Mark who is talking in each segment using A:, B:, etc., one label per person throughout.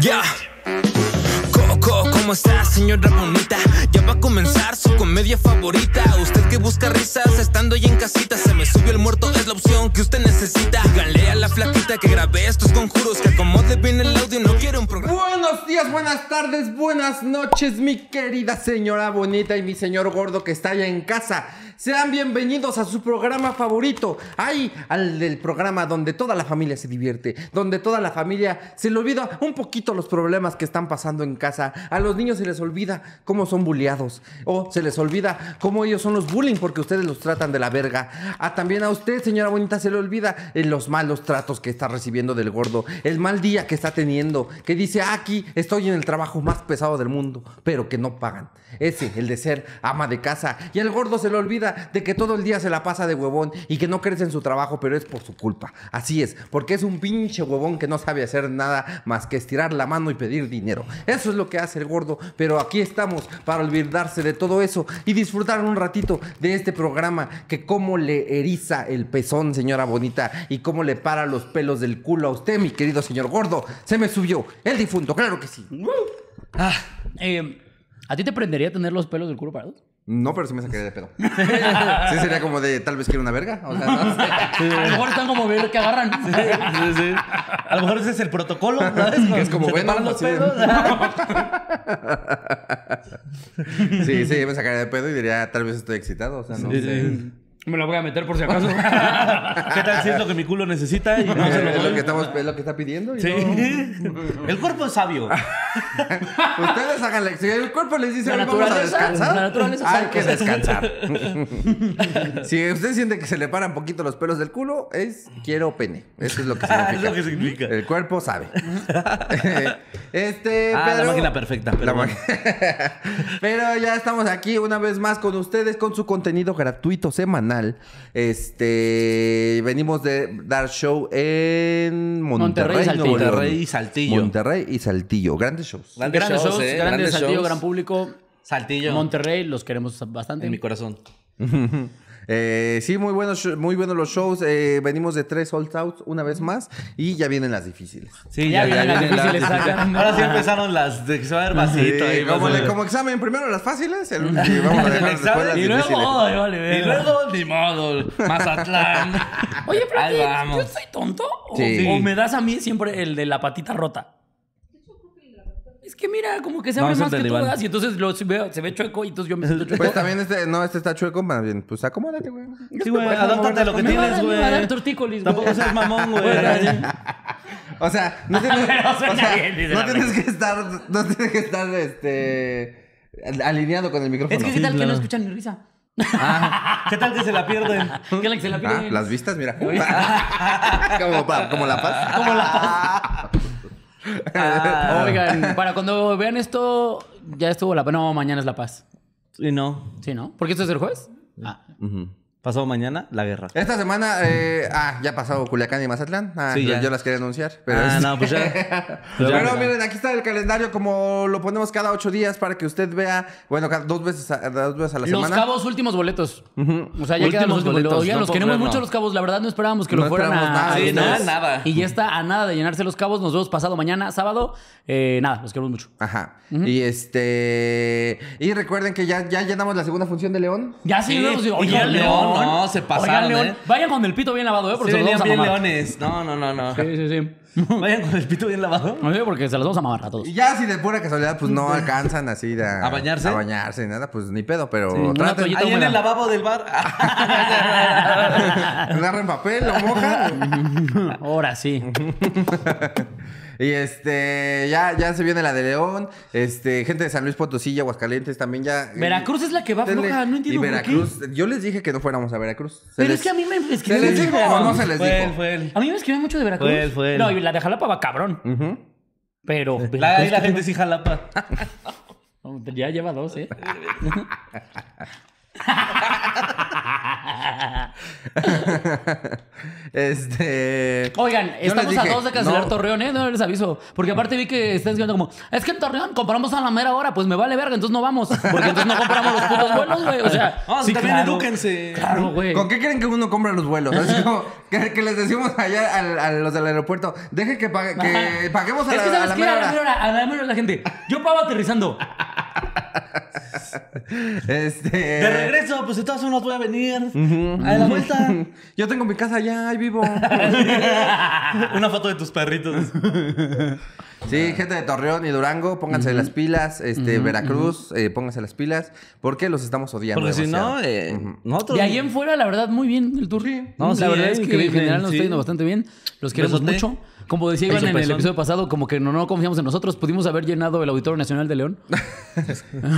A: Ya. Coco, ¿cómo está, señora bonita? Ya va a comenzar su comedia favorita. Usted que busca risas estando ya en casita. Se me subió el muerto, es la opción que usted necesita. Díganle a la flaquita que grabé estos conjuros. Que acomode bien el audio, no quiero un programa.
B: Buenos días, buenas tardes, buenas noches, mi querida señora bonita y mi señor gordo que está allá en casa. Sean bienvenidos a su programa favorito. Ay, al del programa donde toda la familia se divierte, donde toda la familia se le olvida un poquito los problemas que están pasando en casa. A los niños se les olvida cómo son bulleados o se les olvida cómo ellos son los bullying porque ustedes los tratan de la verga. Ah, también a usted, señora bonita, se le olvida eh, los malos tratos que está recibiendo del gordo, el mal día que está teniendo, que dice, "Ah, aquí estoy en el trabajo más pesado del mundo, pero que no pagan. Ese, el de ser ama de casa. Y al gordo se le olvida de que todo el día se la pasa de huevón y que no crece en su trabajo, pero es por su culpa. Así es, porque es un pinche huevón que no sabe hacer nada más que estirar la mano y pedir dinero. Eso es lo que hace el gordo, pero aquí estamos para olvidarse de todo eso y disfrutar un ratito de este programa que cómo le eriza el pezón, señora bonita, y cómo le para los pelos del culo a usted, mi querido señor gordo. Se me subió el difunto, claro que sí.
C: Ah, eh, ¿A ti te prendería tener los pelos del culo parados?
B: No, pero sí me sacaría de pedo. sí, sería como de tal vez quiero una verga. O sea, no sé.
C: A lo mejor están como ver que agarran.
D: Sí, sí. A lo mejor ese es el protocolo, ¿sabes?
B: Que es como
D: Se te
B: Venom,
D: paran los
B: así de-
D: pedos.
B: Sí, sí, me sacaría de pedo y diría tal vez estoy excitado. O sea, no sé.
C: Me lo voy a meter por si acaso.
D: ¿Qué tal si es lo que mi culo necesita? Y no se lo
B: Es lo
D: doy?
B: que, estamos, es lo que está pidiendo. y
D: Sí. Ah,
B: no-
D: El cuerpo es sabio.
B: Ustedes hagan la si El cuerpo les dice,
C: La
B: "Hoy vamos a
C: naturaleza,
B: descansar.
C: la naturaleza
B: Hay
C: sabe
B: que
C: cosas.
B: descansar. si usted siente que se le paran poquito los pelos del culo, es quiero pene. Eso es lo que significa.
D: Es lo que significa.
B: El cuerpo sabe.
C: Eh,
B: este,
D: Ah,
B: pero-
D: la máquina perfecta.
B: La
D: Pero bueno.
B: ma- Pero ya estamos aquí una vez más con ustedes con su contenido gratuito semanal. Este, venimos de dar show en Monterrey,
C: Monterrey y
B: Nuevo
C: Saltillo.
B: León.
D: Monterrey y Saltillo.
B: Monterrey y Saltillo, grandes shows.
D: Grandes
C: Grandes shows,
D: eh,
C: grandes Saltillo,
D: shows.
C: gran público.
D: Saltillo.
C: Monterrey, los queremos bastante.
D: en mi corazón.
B: Eh, sí, muy buenos, sho- muy buenos los shows. Eh, venimos de tres sold outs una vez más y ya vienen las difíciles.
D: Sí,
C: Ya vienen las
D: vienen
C: difíciles, exacto.
D: Ahora sí empezaron las de que se va a ver vasito.
B: Sí,
D: y
B: como,
D: vas a
B: le-
D: ver.
B: como examen, primero las fáciles el- y vamos a dejar después las
D: Y
C: y luego,
B: difíciles.
C: ay, vale,
D: Y
C: verga.
D: luego, ni modo, Mazatlán.
C: Oye, pero
D: Ahí
C: ¿qué?
D: vamos.
C: ¿yo soy tonto? ¿O,
B: Sí.
C: o me das a mí siempre el de la patita rota? Es que mira, como que se abre
D: Vamos a
C: más que tú
D: Talibán.
C: das y entonces lo, se, ve, se ve chueco y entonces yo me siento chueco.
B: Pues también este, no, este está chueco, más bien, pues acomódate, güey.
D: Sí, güey, adáptate a lo que
C: Pues, Me va a
D: tienes,
C: dar- me va a dar
D: güey.
C: tortícolis, güey.
D: Tampoco seas mamón, güey.
B: O sea, no tienes,
C: Pero suena
B: o sea,
C: bien, dice
B: no
C: la
B: tienes que estar, no tienes que estar, este, alineado con el micrófono.
C: Es que qué
D: Sí,
C: tal que
D: claro.
C: no escuchan mi risa.
D: ¿Qué tal que se la pierden?
C: Que la que se la
B: Ah,
C: piden.
B: las vistas, mira. como, pa- como la paz. Como la
D: Ah.
C: Oigan, para cuando vean esto, ya estuvo la paz. No, mañana es la paz.
D: Y no.
C: Sí, ¿no? Porque esto es el jueves. Ah,
D: Pasado mañana, la guerra.
B: Esta semana, eh, ah, ya pasó Culiacán y Mazatlán. Ah,
D: Sí,
B: yo,
D: ya.
B: yo las quería anunciar. Pero
D: Ah,
B: es-
D: no, pues ya. Pues ya,
B: Pero
D: mira.
B: miren, aquí está el calendario como lo ponemos cada ocho días para que usted vea, bueno, cada- dos veces a, dos veces a la
C: Los
B: semana.
C: cabos últimos boletos. O sea, ya
D: Últimos
C: quedan los últimos
D: boletos,
C: boletos. Ya
D: no
C: los
D: puedo
C: queremos
D: creerlo.
C: mucho los cabos. La verdad no esperábamos que lo
B: No
C: fueran a,
B: esperábamos nada.
C: a
D: Sí, nada,
C: llenar.
D: nada.
C: Y ya está a nada de llenarse los cabos. Nos vemos pasado mañana, sábado. Eh, nada, los queremos mucho.
B: Ajá. Y este. Y recuerden que ya, ya llenamos la segunda función de León.
C: Ya sí,
D: Sí,
C: nos digo,
D: y
C: oigan,
D: el
C: León.
D: León, no, se pasaron,
C: Oigan, León.
D: ¿eh?
C: Vayan con el pito bien lavado, ¿eh? Porque
D: Sí,
C: se los
D: venían
C: vamos a
D: bien
C: mamar.
D: leones. No, no, no, no.
C: Sí, sí, sí.
D: Vayan con el pito bien lavado.
C: No sé, porque se las vamos a mamar a todos.
B: Y ya si de pura casualidad, pues no alcanzan así de
D: ¿A bañarse?
B: A bañarse, nada, pues ni pedo, pero
C: una
B: traten.
C: toallita.
D: Ahí en
C: húmeda.
D: el lavabo del bar.
B: Agarren papel, lo mojan.
C: Ahora sí.
B: y este, ya, ya se viene la de León. Este, gente de San Luis Potosí, y Aguascalientes también ya. eh,
C: Veracruz es la que va
B: Denle-
C: floja, no entiendo
B: Y
C: por qué.
B: Veracruz, yo les dije que no fuéramos a Veracruz. Se
C: Pero
B: les-
C: es que a mí me
B: ¿Se les
C: escribieron.
B: dijo o no se les
D: Fue
B: dijo?
D: él, fue él.
C: A mí me escribieron mucho de Veracruz.
D: Fue él, Mm. fue él.
C: No, y la de Jalapa va cabrón. Pero.
D: La, ahí
C: Veracruz-
D: la gente sí jalapa.
C: Ya lleva dos, ¿eh?
B: Este.
C: Oigan,
B: les
C: estamos a
B: dije,
C: dos de cancelar
B: no.
C: Torreón, ¿eh? No les aviso. Porque aparte vi que están diciendo como, es que en Torreón compramos a la mera hora, pues me vale verga, entonces no vamos. Porque entonces no compramos los putos vuelos, güey. O sea,
D: Ah,
C: sí,
D: también
C: claro.
D: edúquense.
C: Claro, güey.
B: ¿Con qué creen que uno compra los vuelos? Así como que, que les decimos allá al- a, los del aeropuerto, deje que, pague- que
C: Ajá.
B: paguemos a
C: es
B: la,
C: que
B: a
C: sabes
B: la
C: qué?
B: mera
C: a la
B: hora.
C: mera hora, a la mera hora la gente. Yo pago aterrizando.
B: Este.
D: De regreso, pues de todas formas voy a venir. A la vuelta.
B: Yo tengo mi casa allá, ahí vivo.
D: Una foto de tus perritos.
B: Sí, gente de Torreón y Durango, pónganse las pilas. Este, Veracruz, eh, pónganse las pilas. Porque los estamos odiando.
D: Porque si
B: demasiado.
D: no, eh, nosotros.
C: De ahí en fuera, la verdad, muy bien el tour.
D: No,
C: la
D: sí,
C: verdad
D: eh,
C: es que en
D: increíble,
C: general nos
D: sí.
C: está yendo bastante bien. Los queremos
D: Besote.
C: mucho. Como decía Iván
D: Beso,
C: en el
D: pezón.
C: episodio pasado, como que no, no confiamos en nosotros, pudimos haber llenado el Auditorio Nacional de León.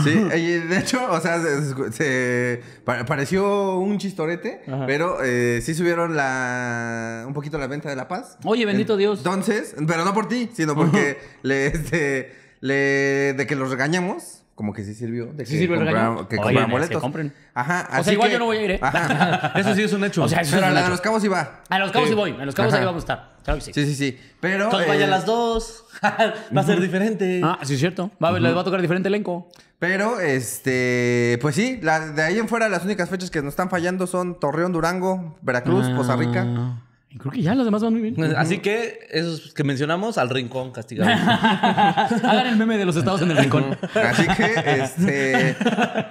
B: Sí, y de hecho, o sea, se, se- pa- pareció un chistorete, pero eh, sí subieron la un poquito la venta de La Paz.
C: Oye, bendito Dios.
B: Entonces, pero no por ti, sino porque le, este, le- de que los regañamos, como que sí sirvió. De
C: Sí
B: que
C: sirve el
B: comprar-
C: regaño.
B: Que
C: Oigan,
B: comprar
C: es que
B: boletos.
C: compren.
B: Ajá,
C: sea, igual yo no voy a ir, ¿eh?
B: Ajá.
D: Eso sí es un hecho.
C: O sea, eso
B: Pero
C: es
B: a
C: un
B: la de
C: hecho.
B: los cabos iba.
C: A los cabos
D: Sí.
C: sí voy. A los cabos
B: Ajá.
C: ahí vamos a estar. Claro que sí.
B: Sí, sí, sí. Pero.
D: Entonces vaya
B: eh,
D: a las dos. Va a ser diferente.
C: Ah, sí es cierto. Va a ver, les va a tocar diferente elenco.
B: Pero, este, pues sí, la- de ahí en fuera las únicas fechas que nos están fallando son Torreón, Durango, Veracruz, Costa Rica.
C: Ah, y creo que ya los demás van muy bien.
D: Así que, esos que mencionamos, al rincón castigado.
C: Hagan el meme de los estados en el rincón.
B: Así que, este,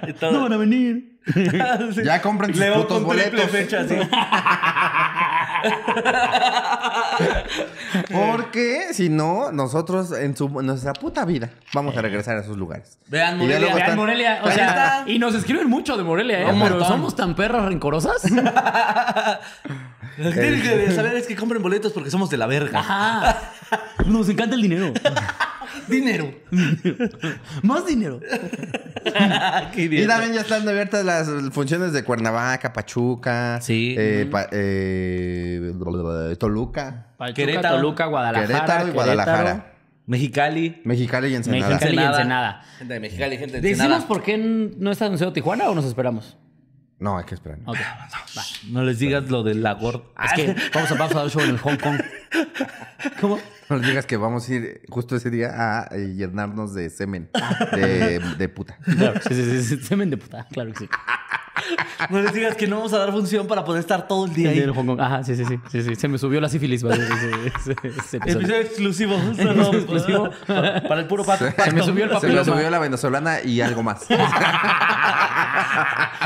D: Y todo.
C: no van a venir.
D: Sí.
B: ya compren sus
D: León
B: putos
D: con triple
B: boletos.
D: fecha, sí.
B: Porque si no, nosotros en su, nuestra puta vida vamos a regresar a esos lugares.
D: Vean,
B: Y ya
D: Morelia,
B: luego
C: Vean
B: están-
C: Morelia. O
B: Ahí
C: sea,
D: está.
C: y nos escriben mucho de Morelia, ¿eh?
D: Un
C: Pero
D: montón.
C: somos tan perras rencorosas.
D: Lo que tienen que saber es que compren boletos porque somos de la verga.
C: Ajá. Nos encanta el dinero.
D: Dinero.
C: Más dinero.
D: Qué
B: Y
D: idiota.
B: también ya están abiertas las funciones de Cuernavaca, Pachuca,
D: Sí.
B: eh, pa- eh, Toluca,
C: Pachuca,
D: Querétaro.
C: Toluca, Guadalajara.
B: Querétaro y Guadalajara,
D: Mexicali.
B: Mexicali y Ensenada.
C: Mexicali. Cali y
D: Ensenada.
C: Ensenada.
D: Gente de Mexicali, gente de
C: ¿Decimos
D: Ensenada.
C: por qué no está anunciado Tijuana o nos esperamos?
B: No, hay que esperar.
C: Ok. Ah.
D: No les digas lo del la gorda.
C: Es que vamos a pasar el show en el Hong Kong.
D: ¿Cómo?
B: No les digas que vamos a ir justo ese día a eh, llenarnos de semen. De, de puta.
C: Claro, sí, sí, sí, sí, semen de puta, claro que sí.
D: No les digas que no vamos a dar función para poder estar todo el día
C: En
D: ahí.
C: el Hong Kong. Ajá, sí, sí, sí, sí, sí. Se me subió la sífilis. ¿vale? Ese- ese- ese episodio.
D: Episodio exclusivo. Solo
C: Episodio exclusivo.
D: Para, para el puro pato.
C: Se me subió el
B: Se me
C: papiloma.
B: subió la venezolana y algo más.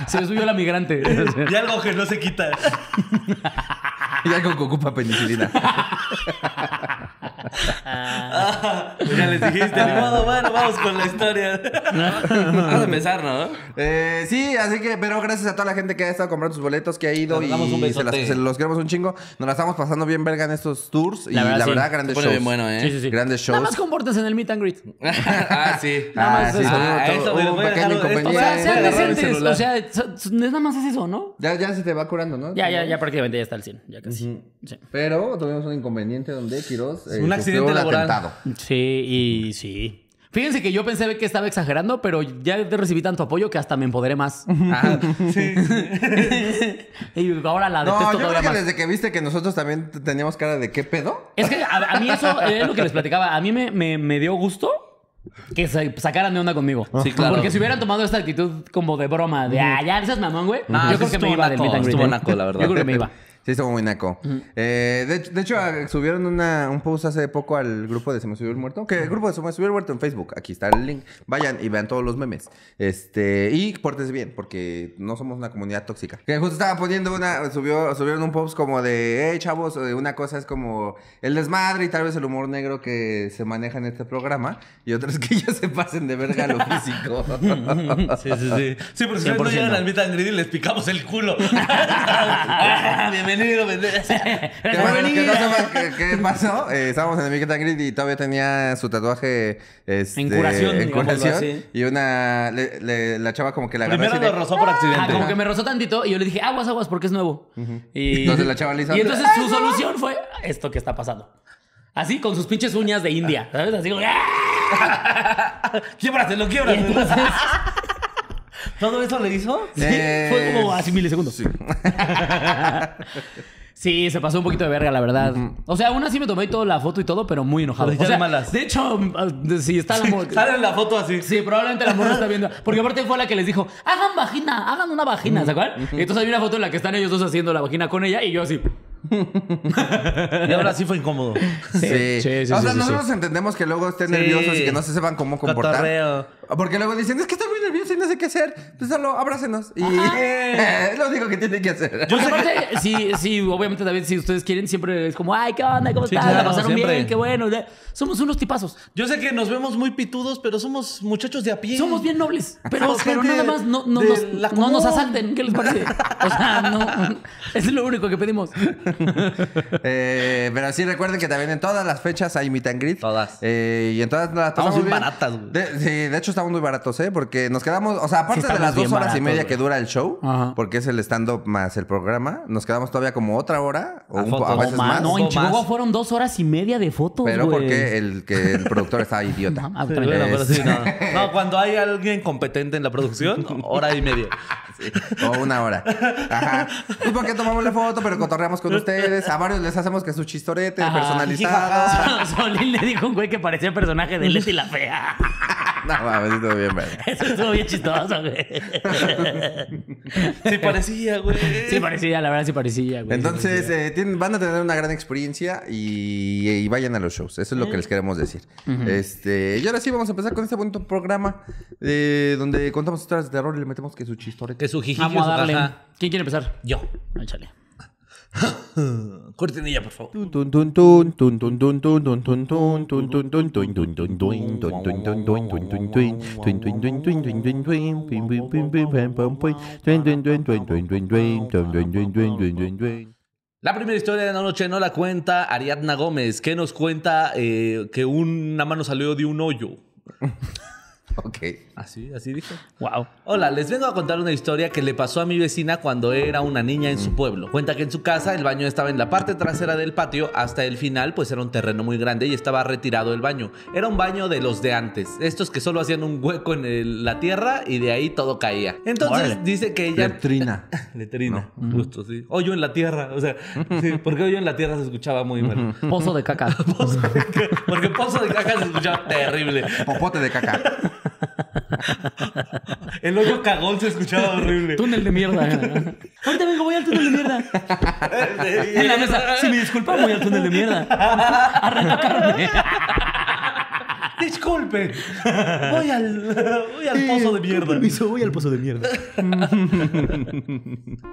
C: Se me subió la migrante.
D: Y algo que no se quita.
B: y algo que ocupa penicilina.
D: Ya les dijiste, ni modo, bueno, vamos con la historia. Vamos a empezar, ¿no?
B: Eh, sí, así que, pero gracias a toda la gente que ha estado comprando sus boletos, que ha ido
D: Les
B: y
D: damos un
B: se,
D: besote.
B: las- se los queremos un chingo. Nos la estamos pasando bien verga en estos tours y la
C: La
B: verdad,
C: verdad, sí.
D: Se
B: grandes
D: pone
B: shows.
D: bien bueno, ¿eh?
C: Sí, sí, sí.
B: Grandes shows.
C: Nada más compórtense en el meet and greet.
D: ah, sí.
B: Ah,
C: Nada más
B: sí,
C: eso.
B: tuvimos
D: Ah,
B: todo-
D: eso, güey,
B: hubo un
D: voy a
B: pequeño
D: dejarlo- esto-
C: O
B: inconveniente.
C: sea, sean
D: Agarrar el
C: decentes.
D: celular.
C: O sea, so- so- nada más es eso, ¿no?
B: Ya, ya se te va curando, ¿no?
C: Ya, ya, ya prácticamente ya está al 100. Ya casi. Sí.
B: Pero tuvimos un inconveniente donde Quiroz eh,
D: Un accidente laboral.
C: Sí, y sí. Fíjense que yo pensé que estaba exagerando, pero ya te recibí tanto apoyo que hasta me empoderé más.
D: Ah, sí.
C: Y ahora la
B: No,
C: detesto
B: yo creo
C: todavía
B: que
C: más.
B: desde que viste que nosotros también t- teníamos cara de qué pedo.
C: Es que a, a mí eso es lo que les platicaba. A mí me, me- me dio gusto que se sacaran de onda conmigo.
D: Sí, claro.
C: Porque si hubieran tomado esta actitud como de broma, de ah, ya eres mamón, güey.
D: Ah,
C: yo creo
D: sí
C: que
D: estuvo
C: me iba del
D: naco,
C: meet and greet,
D: estuvo
C: ¿eh?
D: naco, la verdad.
C: Yo creo que me iba.
B: Sí, estuvo muy naco. Eh, de, de hecho, ah, subieron una- un post hace poco al grupo de Se me subió el muerto. Que el grupo de Se me subió el muerto en Facebook. Aquí está el link. Vayan y vean todos los memes. Este, y pórtense bien, porque no somos una comunidad tóxica. Que justo estaba poniendo una, subió, subieron un post como de, hey chavos, eh, una cosa es como el desmadre y tal vez el humor negro que se maneja en este programa. Y otra es que ya se pasen de verga a lo físico.
D: Sí, sí, sí. Sí, porque si no
C: 100%.
D: llegan al meet and greet y les picamos el culo. Ah, bienvenido, bienvenido.
B: Que bueno, que no sepan qué, qué pasó. eh, estábamos en el Mickey Grid y todavía tenía su tatuaje este,
C: En curación,
B: en
C: digámoslo
B: curación,
D: así.
B: y una le- le- la chava como que la agarró
D: Primero
B: así de-
D: lo rozó por
C: Ah,
D: accidente.
C: como que me rozó tantito y yo le dije, aguas, aguas, porque es nuevo. y,
B: Entonces la chava le hizo-
C: Y entonces su solución fue esto que está pasando. Así, con sus pinches uñas de India, ¿sabes? Así como, ¡ah!
D: Quiébraselo,
C: Y
D: quiébraselo.
C: entonces,
D: ¿Todo eso le hizo?
C: Sí,
B: Eh,
C: fue como así milisegundos. Sí. se pasó un poquito de verga, la verdad. O sea, aún así me tomé toda la foto y todo, pero muy enojado.
D: Pero ya
C: O sea,
D: de malas.
C: de hecho, mm, si está la mo-
D: Sale en la foto así.
C: Sí, probablemente la morra está viendo. Porque aparte fue la que les dijo, hagan vagina, hagan una vagina, ¿se acuerdan? Y entonces hay una foto en la que están ellos dos haciendo la vagina con ella y yo así.
D: Y ahora sí fue incómodo.
B: Sí.
C: sí, sí,
B: o sea,
C: sí,
B: nosotros entendemos que luego estén nerviosos y que no se sepan cómo comportar.
D: Cotorreo.
B: Porque luego dicen, es que estoy muy nervioso y no sé qué hacer. Pues solo abrácenos. Y es lo único que tienen que hacer.
C: Porque Pues aparte, sí, sí, obviamente también si ustedes quieren, siempre es como, ay, ¿qué onda? ¿Cómo
D: Sí,
C: estás? La
D: claro,
C: pasaron
D: siempre.
C: bien, qué bueno. ya. Somos unos tipazos.
D: Yo sé que nos vemos muy pitudos, pero somos muchachos de a pie.
C: Somos bien nobles, pero,
D: Somos
C: pero
D: gente
C: nada más no, no
D: de
C: nos,
D: la
C: no nos
D: común.
C: asalten. ¿Qué les parece? O sea, no. Es lo único que pedimos.
B: Eh, pero sí recuerden que también en todas las fechas hay meet and greet.
D: Todas.
B: Eh, y en todas las pasamos
D: Estamos bien
B: bien.
D: baratas, güey.
B: De, sí, de hecho estamos muy baratos, ¿eh? Porque nos quedamos, o sea, aparte de
C: estamos
B: las dos
C: bien
B: horas y
C: baratos,
B: media
C: güey.
B: que dura el show,
C: Ajá.
B: porque es el stand-up más el programa, nos quedamos todavía como otra hora o
D: A
B: un po-
D: fotos.
B: a veces
D: No,
B: más.
D: man,
C: Ah, no, en
D: más.
C: Chihuahua fueron dos horas y media de fotos.
B: pero
C: güey.
B: porque el, que el productor estaba idiota.
C: Ah,
D: Sí,
C: también.
D: bueno, pero sí, no. No, cuando hay alguien competente en la producción, hora y media.
B: O una hora. Ajá. Y porque tomamos la foto, pero cotorreamos con ustedes. A varios les hacemos que su chistorete
C: Ajá. "Ah,
B: personalizado.
C: Solín le dijo a un güey que parecía personaje de Leti la Fea.
B: No, mames, estuvo bien, verga.
C: Eso estuvo bien chistoso, güey.
D: Sí, parecía, güey.
C: Sí parecía, la verdad sí parecía, güey.
B: Entonces, eh, tienen- van a tener una gran experiencia y, y vayan a los shows. Eso es lo que les queremos decir. este, y ahora sí, vamos a empezar con este bonito programa eh, donde contamos historias de terror y le metemos que su chistorete.
D: Que su jijillo,
C: vamos a
D: su
C: darle.
D: jaja.
C: ¿Quién quiere empezar?
D: Yo.
C: Échale.
D: Cortinilla, por favor. La primera historia de la noche no la cuenta Ariadna Gómez, que nos cuenta eh, que una mano salió de un hoyo.
B: Ok.
D: Así, así dijo.
C: Wow.
D: Hola, les vengo a contar una historia que le pasó a mi vecina cuando era una niña en su pueblo. Cuenta que en su casa el baño estaba en la parte trasera del patio hasta el final, pues era un terreno muy grande y estaba retirado el baño. Era un baño de los de antes, estos que solo hacían un hueco en el- la tierra y de ahí todo caía. Entonces
C: Órale.
D: dice que ella...
B: Letrina.
D: Letrina, justo, sí. Hoyo en la tierra, o sea, sí, porque hoyo en la tierra se escuchaba muy mal.
C: Pozo de caca.
D: Pozo de ca- Porque pozo de caca se escuchaba terrible.
B: Popote de caca.
D: El hoyo cagón se escuchaba horrible.
C: túnel de mierda. Ahorita vengo, voy al túnel de mierda. En la mesa. Si me disculpan, voy al túnel de mierda.
D: Disculpe. Voy al, voy al pozo de mierda.
C: voy al pozo de mierda.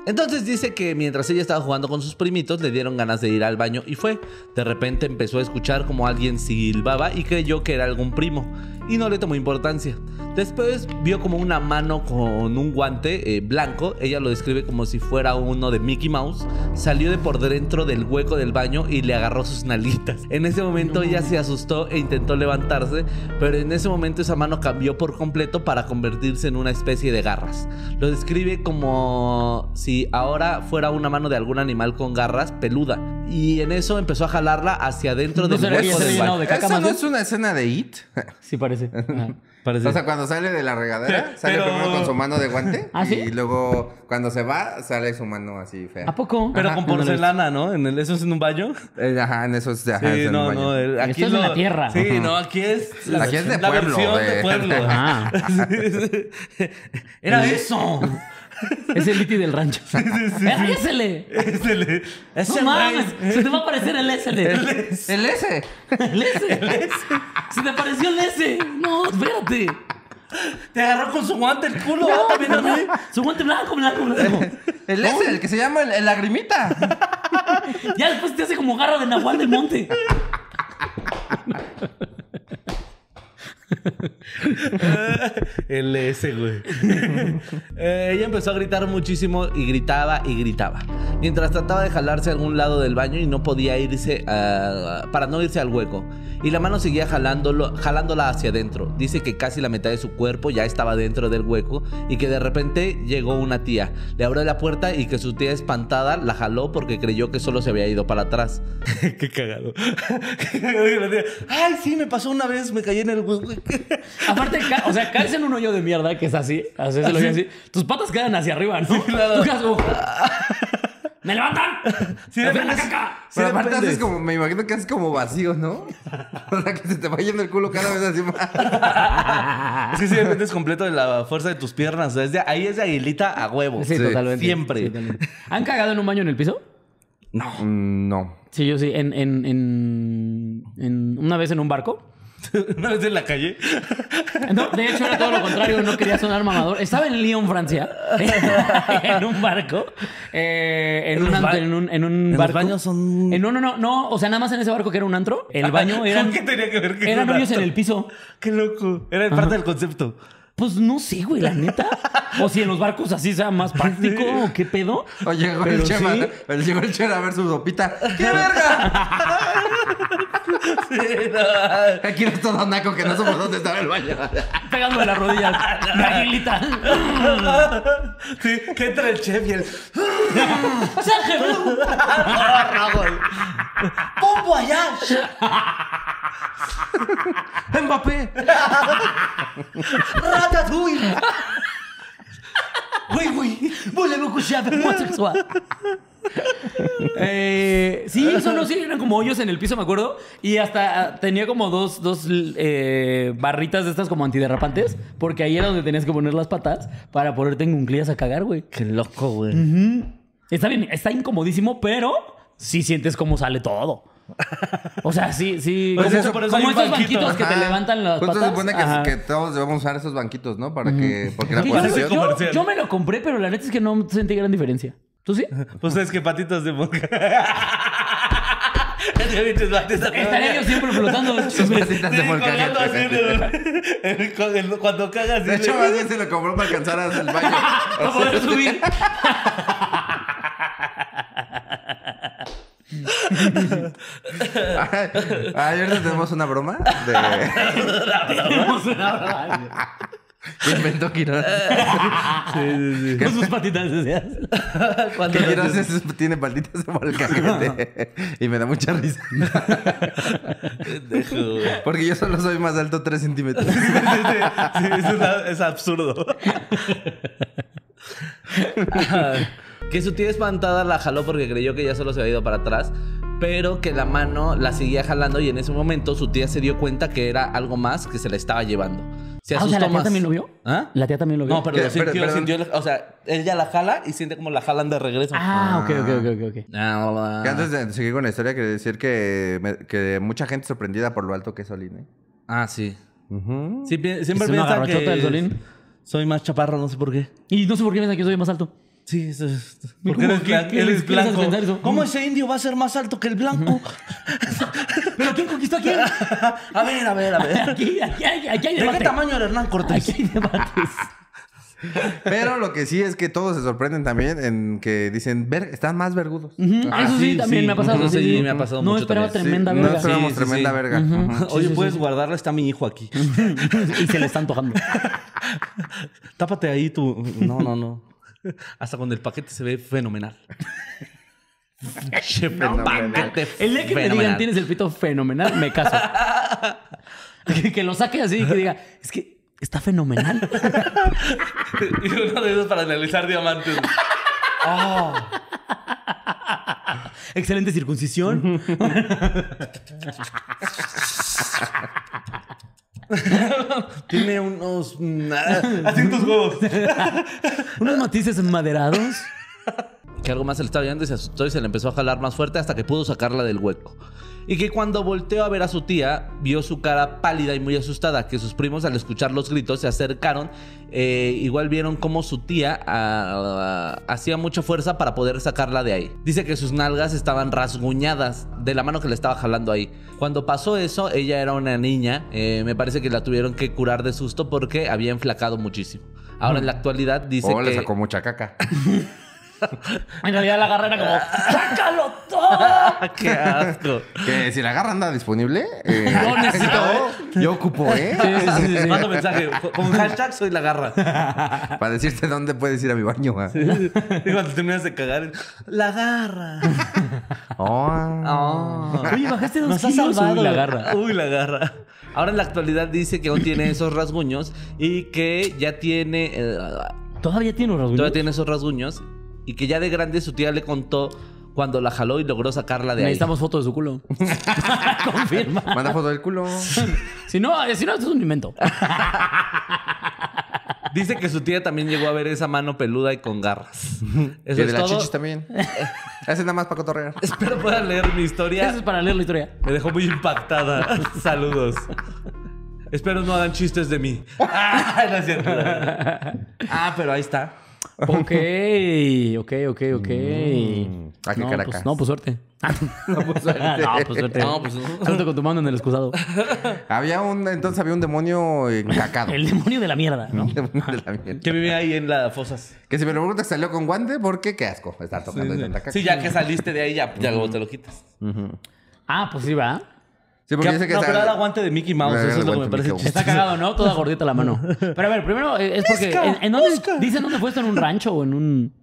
D: Entonces dice que mientras ella estaba jugando con sus primitos, le dieron ganas de ir al baño y fue. De repente empezó a escuchar como alguien silbaba y creyó que era algún primo. Y no le tomó importancia. Después vio como una mano con un guante eh, blanco. Ella lo describe como si fuera uno de Mickey Mouse. Salió de por dentro del hueco del baño y le agarró sus nalitas. En ese momento ella se asustó e intentó levantarse, pero en ese momento esa mano cambió por completo para convertirse en una especie de garras. Lo describe como si ahora fuera una mano de algún animal con garras peluda. Y en eso empezó a jalarla hacia adentro
C: No
D: del
C: será que ya
D: hueco
C: se
D: del
C: llenó
D: baño.
C: de caca
B: ¿Eso
C: más
B: no
C: bien?
B: es una escena de It?
C: Sí parece. Ajá.
D: Parece-
B: O sea, cuando sale de la regadera, sale
D: Pero-
B: primero con su mano de guante
C: ¿Ah, sí?
B: y luego cuando se va, sale su mano así fea.
C: ¿A poco?
D: Pero
C: Ajá.
D: con
C: No lo he visto.
D: porcelana, ¿no? En el, eso es en un baño.
B: Eh, Ajá, en esos ajá,
D: Sí,
B: es en
D: no,
B: baño.
D: no. el-
C: Esto
D: aquí
C: es
D: lo-
C: en la tierra.
D: Sí,
C: Ajá.
D: no, aquí es.
B: Aquí es de
D: la
B: pueblo, eh.
D: versión
B: güey.
D: de pueblo.
C: Ah.
D: Sí, sí. Era eso.
C: Es el liti del rancho. ¡Era SL!
D: Es el. Es
C: ¡No
D: el
C: mames!
D: güey.
C: Se te va a parecer el SL.
B: El S.
C: El S. Se te pareció el S. No, espérate.
D: Te agarró con su guante el culo. ah, también a mí.
C: Su guante blanco, blanco, blanco.
B: El S, el que se llama el, el lagrimita.
C: Ya después te hace como garra de Nahual del Monte.
D: El ese, güey. Eh, ella empezó a gritar muchísimo y gritaba y gritaba. mientras trataba de jalarse a algún lado del baño y no podía irse ah, para no irse al hueco. Y la mano seguía jalándolo, jalándola hacia adentro. Dice que casi la mitad de su cuerpo ya estaba dentro del hueco y que de repente llegó una tía. Le abrió la puerta y que su tía espantada la jaló porque creyó que solo se había ido para atrás. Qué cagado. Qué cagado que la tía, Ay, sí, me pasó una vez, me caí en el hueco.
C: Aparte, ca- o sea, caes en un hoyo de mierda que es así. Así se lo voy a decir. Tus patas quedan hacia arriba, ¿no?
D: claro.
C: Tú quedas como, ¡Me levantan! ¡Me pegan la caca!
D: Sí
B: Pero aparte
D: depende.
B: haces como, me imagino que haces como vacío, ¿no? O sea, que se te va yendo el culo cada vez así más.
D: Es que si dependes completo de la fuerza de tus piernas. o sea, es de- ahí es de aguilita a huevo.
C: Sí, totalmente.
D: Siempre.
C: Sí, totalmente. ¿Han cagado en un baño en el piso?
D: No.
B: Mm, No.
C: Sí, yo sí. En, en, en, en- una vez en un barco.
D: Una vez en la calle.
C: No, de hecho era todo lo contrario, no quería sonar mamador. Estaba en Lyon, Francia, en un barco, eh, en,
D: En
C: un
D: los
C: antro,
D: ba-
C: en un, en un
D: en los
C: barco.
D: baños son- Ah,
C: Eh, no, no, no, no, o sea, nada más en ese barco que era un antro, el baño eran,
D: ¿Con qué tenía que ver que
C: eran
D: era un
C: hoyos en
D: antro?
C: el piso.
D: Qué loco. Era parte del concepto.
C: Pues no sé, güey, la neta. O si en los barcos así sea más práctico o qué pedo.
B: O llegó el
C: Pero
B: Chema,
C: sí.
B: pero llegó el Chema a ver su sopita. ¡Qué verga! Aquí no es todo naco que no somos dónde estaba el baño.
C: Pegando de las rodillas. La aguilita.
D: sí, que entra el chef y el.
C: Sergio.
D: ¡Pombo allá!
B: ¡Mbappé!
D: ¡Ratatouille!
C: Güey, güey. Volvemos con llave homosexual. Eh, sí, eso no, sí, eran como hoyos en el piso, me acuerdo. Y hasta ah, tenía como dos, dos l- eh, barritas de estas como antiderrapantes, porque ahí era donde tenías que poner las patas para ponerte en cunclillas a cagar, güey.
D: Qué loco, güey.
C: Está bien, está incomodísimo, pero sí sientes cómo sale todo. O sea, sí, sí.
D: Pues
C: como
D: eso, por eso
C: como
D: hay un
C: estos
D: banquito. Pues
C: banquitos que te
B: Ajá.
C: levantan las
B: Justo
C: patas.
B: se supone
C: Ajá.
B: que, que todos debemos usar esos banquitos, ¿no? Para que... Porque la
C: Que yo-
D: Parece
B: posición...
C: yo,
D: comercial.
C: yo me lo compré, pero la neta es que no sentí gran diferencia. ¿Tú sí?
D: Ustedes que patitas de boca. Estaría
C: Estaría yo siempre flotando. siempre.
B: patitas de volcán al
D: Cuando cagas,
B: De
D: sí,
B: hecho,
D: le-
B: más bien se lo compró para alcanzar hasta el baño.
C: Para poder subir.
B: Ay, Ayer tenemos una broma de...
C: Tenemos una broma.
B: que inventó Quiroz.
D: Sí, sí, sí.
C: Con sus patitas. o sea.
D: Cuando
B: Que
D: las-
B: Quiroz es- tiene palditas de molcajete. y me da mucha risa.
D: Pendejo, güey.
B: Porque yo solo soy más alto 3 centímetros.
D: Sí, sí, sí, es, una- es absurdo. que su tía espantada la jaló porque creyó que ya solo se había ido para atrás, pero que la mano la seguía jalando y en ese momento su tía se dio cuenta que era algo más que se la estaba llevando. Se
C: Ah, o sea, ¿la
D: asustó
C: tía
D: más.
C: también lo vio?
D: ¿Ah?
C: La tía también lo vio.
D: No, pero
B: ¿Qué?
D: lo sintió,
B: Pero- pero-
D: sintió- o sea, ella la jala y siente como la jalan de regreso.
C: Ah, ok, ok, ok, ok, ok.
D: Ah, bla,
B: Que
D: bla.
B: antes de seguir con la historia, quería decir que, me- que mucha gente sorprendida por lo alto que es Solín, ¿eh?
D: Ah, sí. Sí, pi- siempre
C: Es una
D: piensa
C: garrochota
D: que
C: del Solín.
D: soy más chaparro, no sé por qué.
C: Y no sé por qué piensan que soy más alto.
D: Sí, eso es.
C: ¿Cómo
D: Porque él es
C: que-
D: blan-
C: qué
D: él
C: les-
D: es
C: qué les hace
D: blanco.
C: pensar eso?
D: ¿Cómo ese indio va a ser más alto que el blanco?
C: ¿Pero quién conquistó a quién?
D: a ver, a ver, a ver.
C: Aquí, aquí, hay- aquí hay
D: ¿De qué
C: debate.
D: tamaño era Hernán Cortés?
C: Aquí hay debates.
B: Pero lo que sí es que todos se sorprenden también en que dicen, ver, están más vergudos.
C: Ujú,
D: Ah,
C: Eso sí,
D: sí,
C: también
D: sí.
C: me ha pasado.
D: Ujú,
C: sí,
D: sí,
C: sí.
D: me ha pasado
C: no
D: mucho
C: esperaba
D: también.
C: tremenda
B: Sí,
C: verga.
B: No esperamos
D: Sí, sí,
B: tremenda
D: sí.
B: verga. Ujú.
D: Oye,
C: Sí, sí,
D: puedes
C: sí.
D: guardarla, está mi hijo aquí.
C: y se le está antojando.
D: Tápate ahí tú. No, no, no. Hasta con el paquete se ve fenomenal. Che,
B: Fenomenal.
D: paquete
C: El día que me digan
D: fenomenal.
C: tienes el pito fenomenal, me caso. que, que lo saque así y que diga, es que está fenomenal.
D: Y uno de esos para analizar diamantes.
C: Excelente circuncisión.
D: Tiene unos... mm, Así tus huevos.
C: Unos matices maderados.
D: que algo más se le estaba llevando y se asustó y se le empezó a jalar más fuerte hasta que pudo sacarla del hueco. Y que cuando volteó a ver a su tía, vio su cara pálida y muy asustada, que sus primos al escuchar los gritos se acercaron, eh, igual vieron cómo su tía ah, hacía mucha fuerza para poder sacarla de ahí. Dice que sus nalgas estaban rasguñadas de la mano que le estaba jalando ahí. Cuando pasó eso, ella era una niña, eh, me parece que la tuvieron que curar de susto
B: Oh,
D: porque había enflacado muchísimo. Ahora en la actualidad dice
B: O
D: que...
B: le sacó mucha caca.
C: En realidad la garra era como, ¡sácalo todo!
D: Ah, ¡Qué asco!
B: Que si la garra anda disponible, eh,
D: No necesito,
B: yo ocupo, ¿eh?
C: Sí, sí, sí, sí.
D: Mando mensaje. Con hashtag soy la garra.
B: Para decirte dónde puedes ir a mi baño. ah.
D: Y cuando terminas de cagar, la garra.
B: Oh.
D: Oh.
C: Oye, bajaste dos
D: Nos ha
C: kilos.
D: salvado.
C: Uy, la garra.
D: Uy, la garra. Ahora en la actualidad dice que aún tiene esos rasguños y que ya tiene. eh,
C: Todavía tiene un rasguño.
D: todavía tiene esos rasguños y que ya de grande su tía le contó cuando la jaló y logró sacarla de ahí.
C: Necesitamos foto de su culo. Confirma.
B: Manda foto del culo.
C: Si no, eh, si no, esto es un invento.
D: Ah, Dice que su tía también llegó a ver esa mano peluda y con garras.
B: Y
D: Eso
B: de
D: es
B: las
D: todo.
B: chichis también. Ese nada más para cotorrear.
D: Espero puedan leer mi
C: Eso
D: historia.
C: es para leer la historia.
D: Me dejó muy impactada. Saludos. Espero no hagan chistes de mí. Ah, no es cierto. Ah, pero ahí está.
C: Ok, ok, ok, ok.
D: Mm.
B: Ah, qué
C: no,
B: Caracas.
C: pues, no, pues suerte.
B: No, pues, suerte.
C: no, pues suerte.
D: No, pues no.
C: Suerte con tu mano en el excusado.
B: Había un, entonces había un demonio encacado.
C: El demonio de la mierda, ¿no?
D: Mm.
B: Un demonio de la mierda.
D: Que vive ahí en las fosas.
B: Que si me lo preguntas, salió con guante, porque qué asco estar tocando de tanta caca.
D: Sí, ya que saliste de ahí, ya, ya luego te lo quitas.
C: Ah, pues sí, va.
B: Sí, porque dice que
D: no, pero
B: sal-
D: el aguante de Mickey Mouse,
B: Eh,
D: eso es lo que me
B: aguante
D: parece
B: Mickey Mouse.
D: chistoso.
C: Está cagado, ¿no? Toda gordita la mano. Pero a ver, primero eh, es porque.
D: Busca,
C: ¿en, en dónde,
D: busca.
C: Dicen dónde fue esto, en un rancho o en un